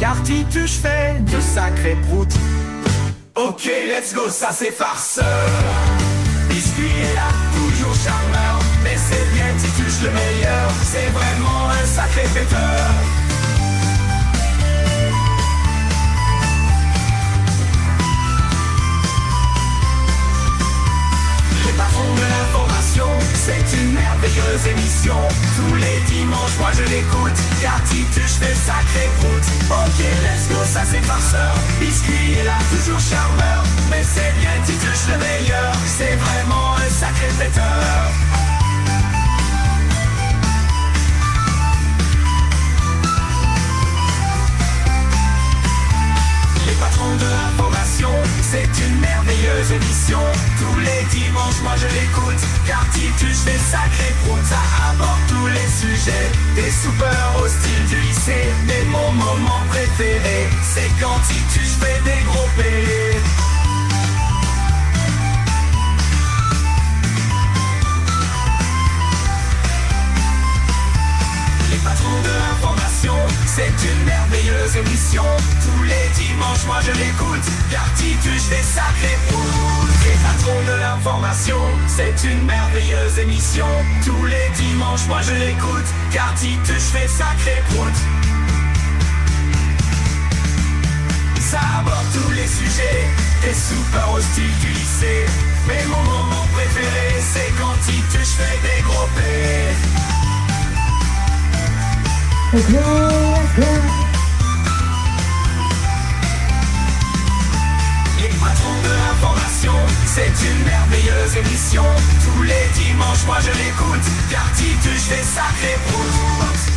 car Tituche fait de sacrées proutes. Ok, let's go, ça c'est farceur. Biscuit est là, toujours charmeur, mais c'est bien Tituche le meilleur, c'est vraiment un sacré fêteur. Les patrons de l'information, c'est une merveilleuse émission. Tous les dimanches, moi je l'écoute. Car Tituche fait sacré croûte. Ok, let's go, ça c'est farceur. Biscuit est là, toujours charmeur. Mais c'est bien Tituche le meilleur. C'est vraiment un sacré fêteur. Les patrons de l'information, c'est une merveilleuse émission. Tous les dimanches, moi je l'écoute, car Titus fait sacré prout. Ça aborde tous les sujets, des soupeurs au style du lycée. Mais mon moment préféré, c'est quand Titus fait des gros pets. Les patrons de l'information, c'est une merveilleuse émission. Tous les dimanches, moi je l'écoute, car Titus des sacrés proutes. Les patrons de l'information, c'est une merveilleuse émission. Tous les dimanches, moi je l'écoute, car Titus fait sacré proutes. Ça aborde tous les sujets, des soupeurs au style du lycée. Mais mon moment préféré, c'est quand Titus fait des gros pets. Ok, let's go. Les patrons de l'information, c'est une merveilleuse émission. Tous les dimanches, moi je l'écoute, car Titus fait sacré prout.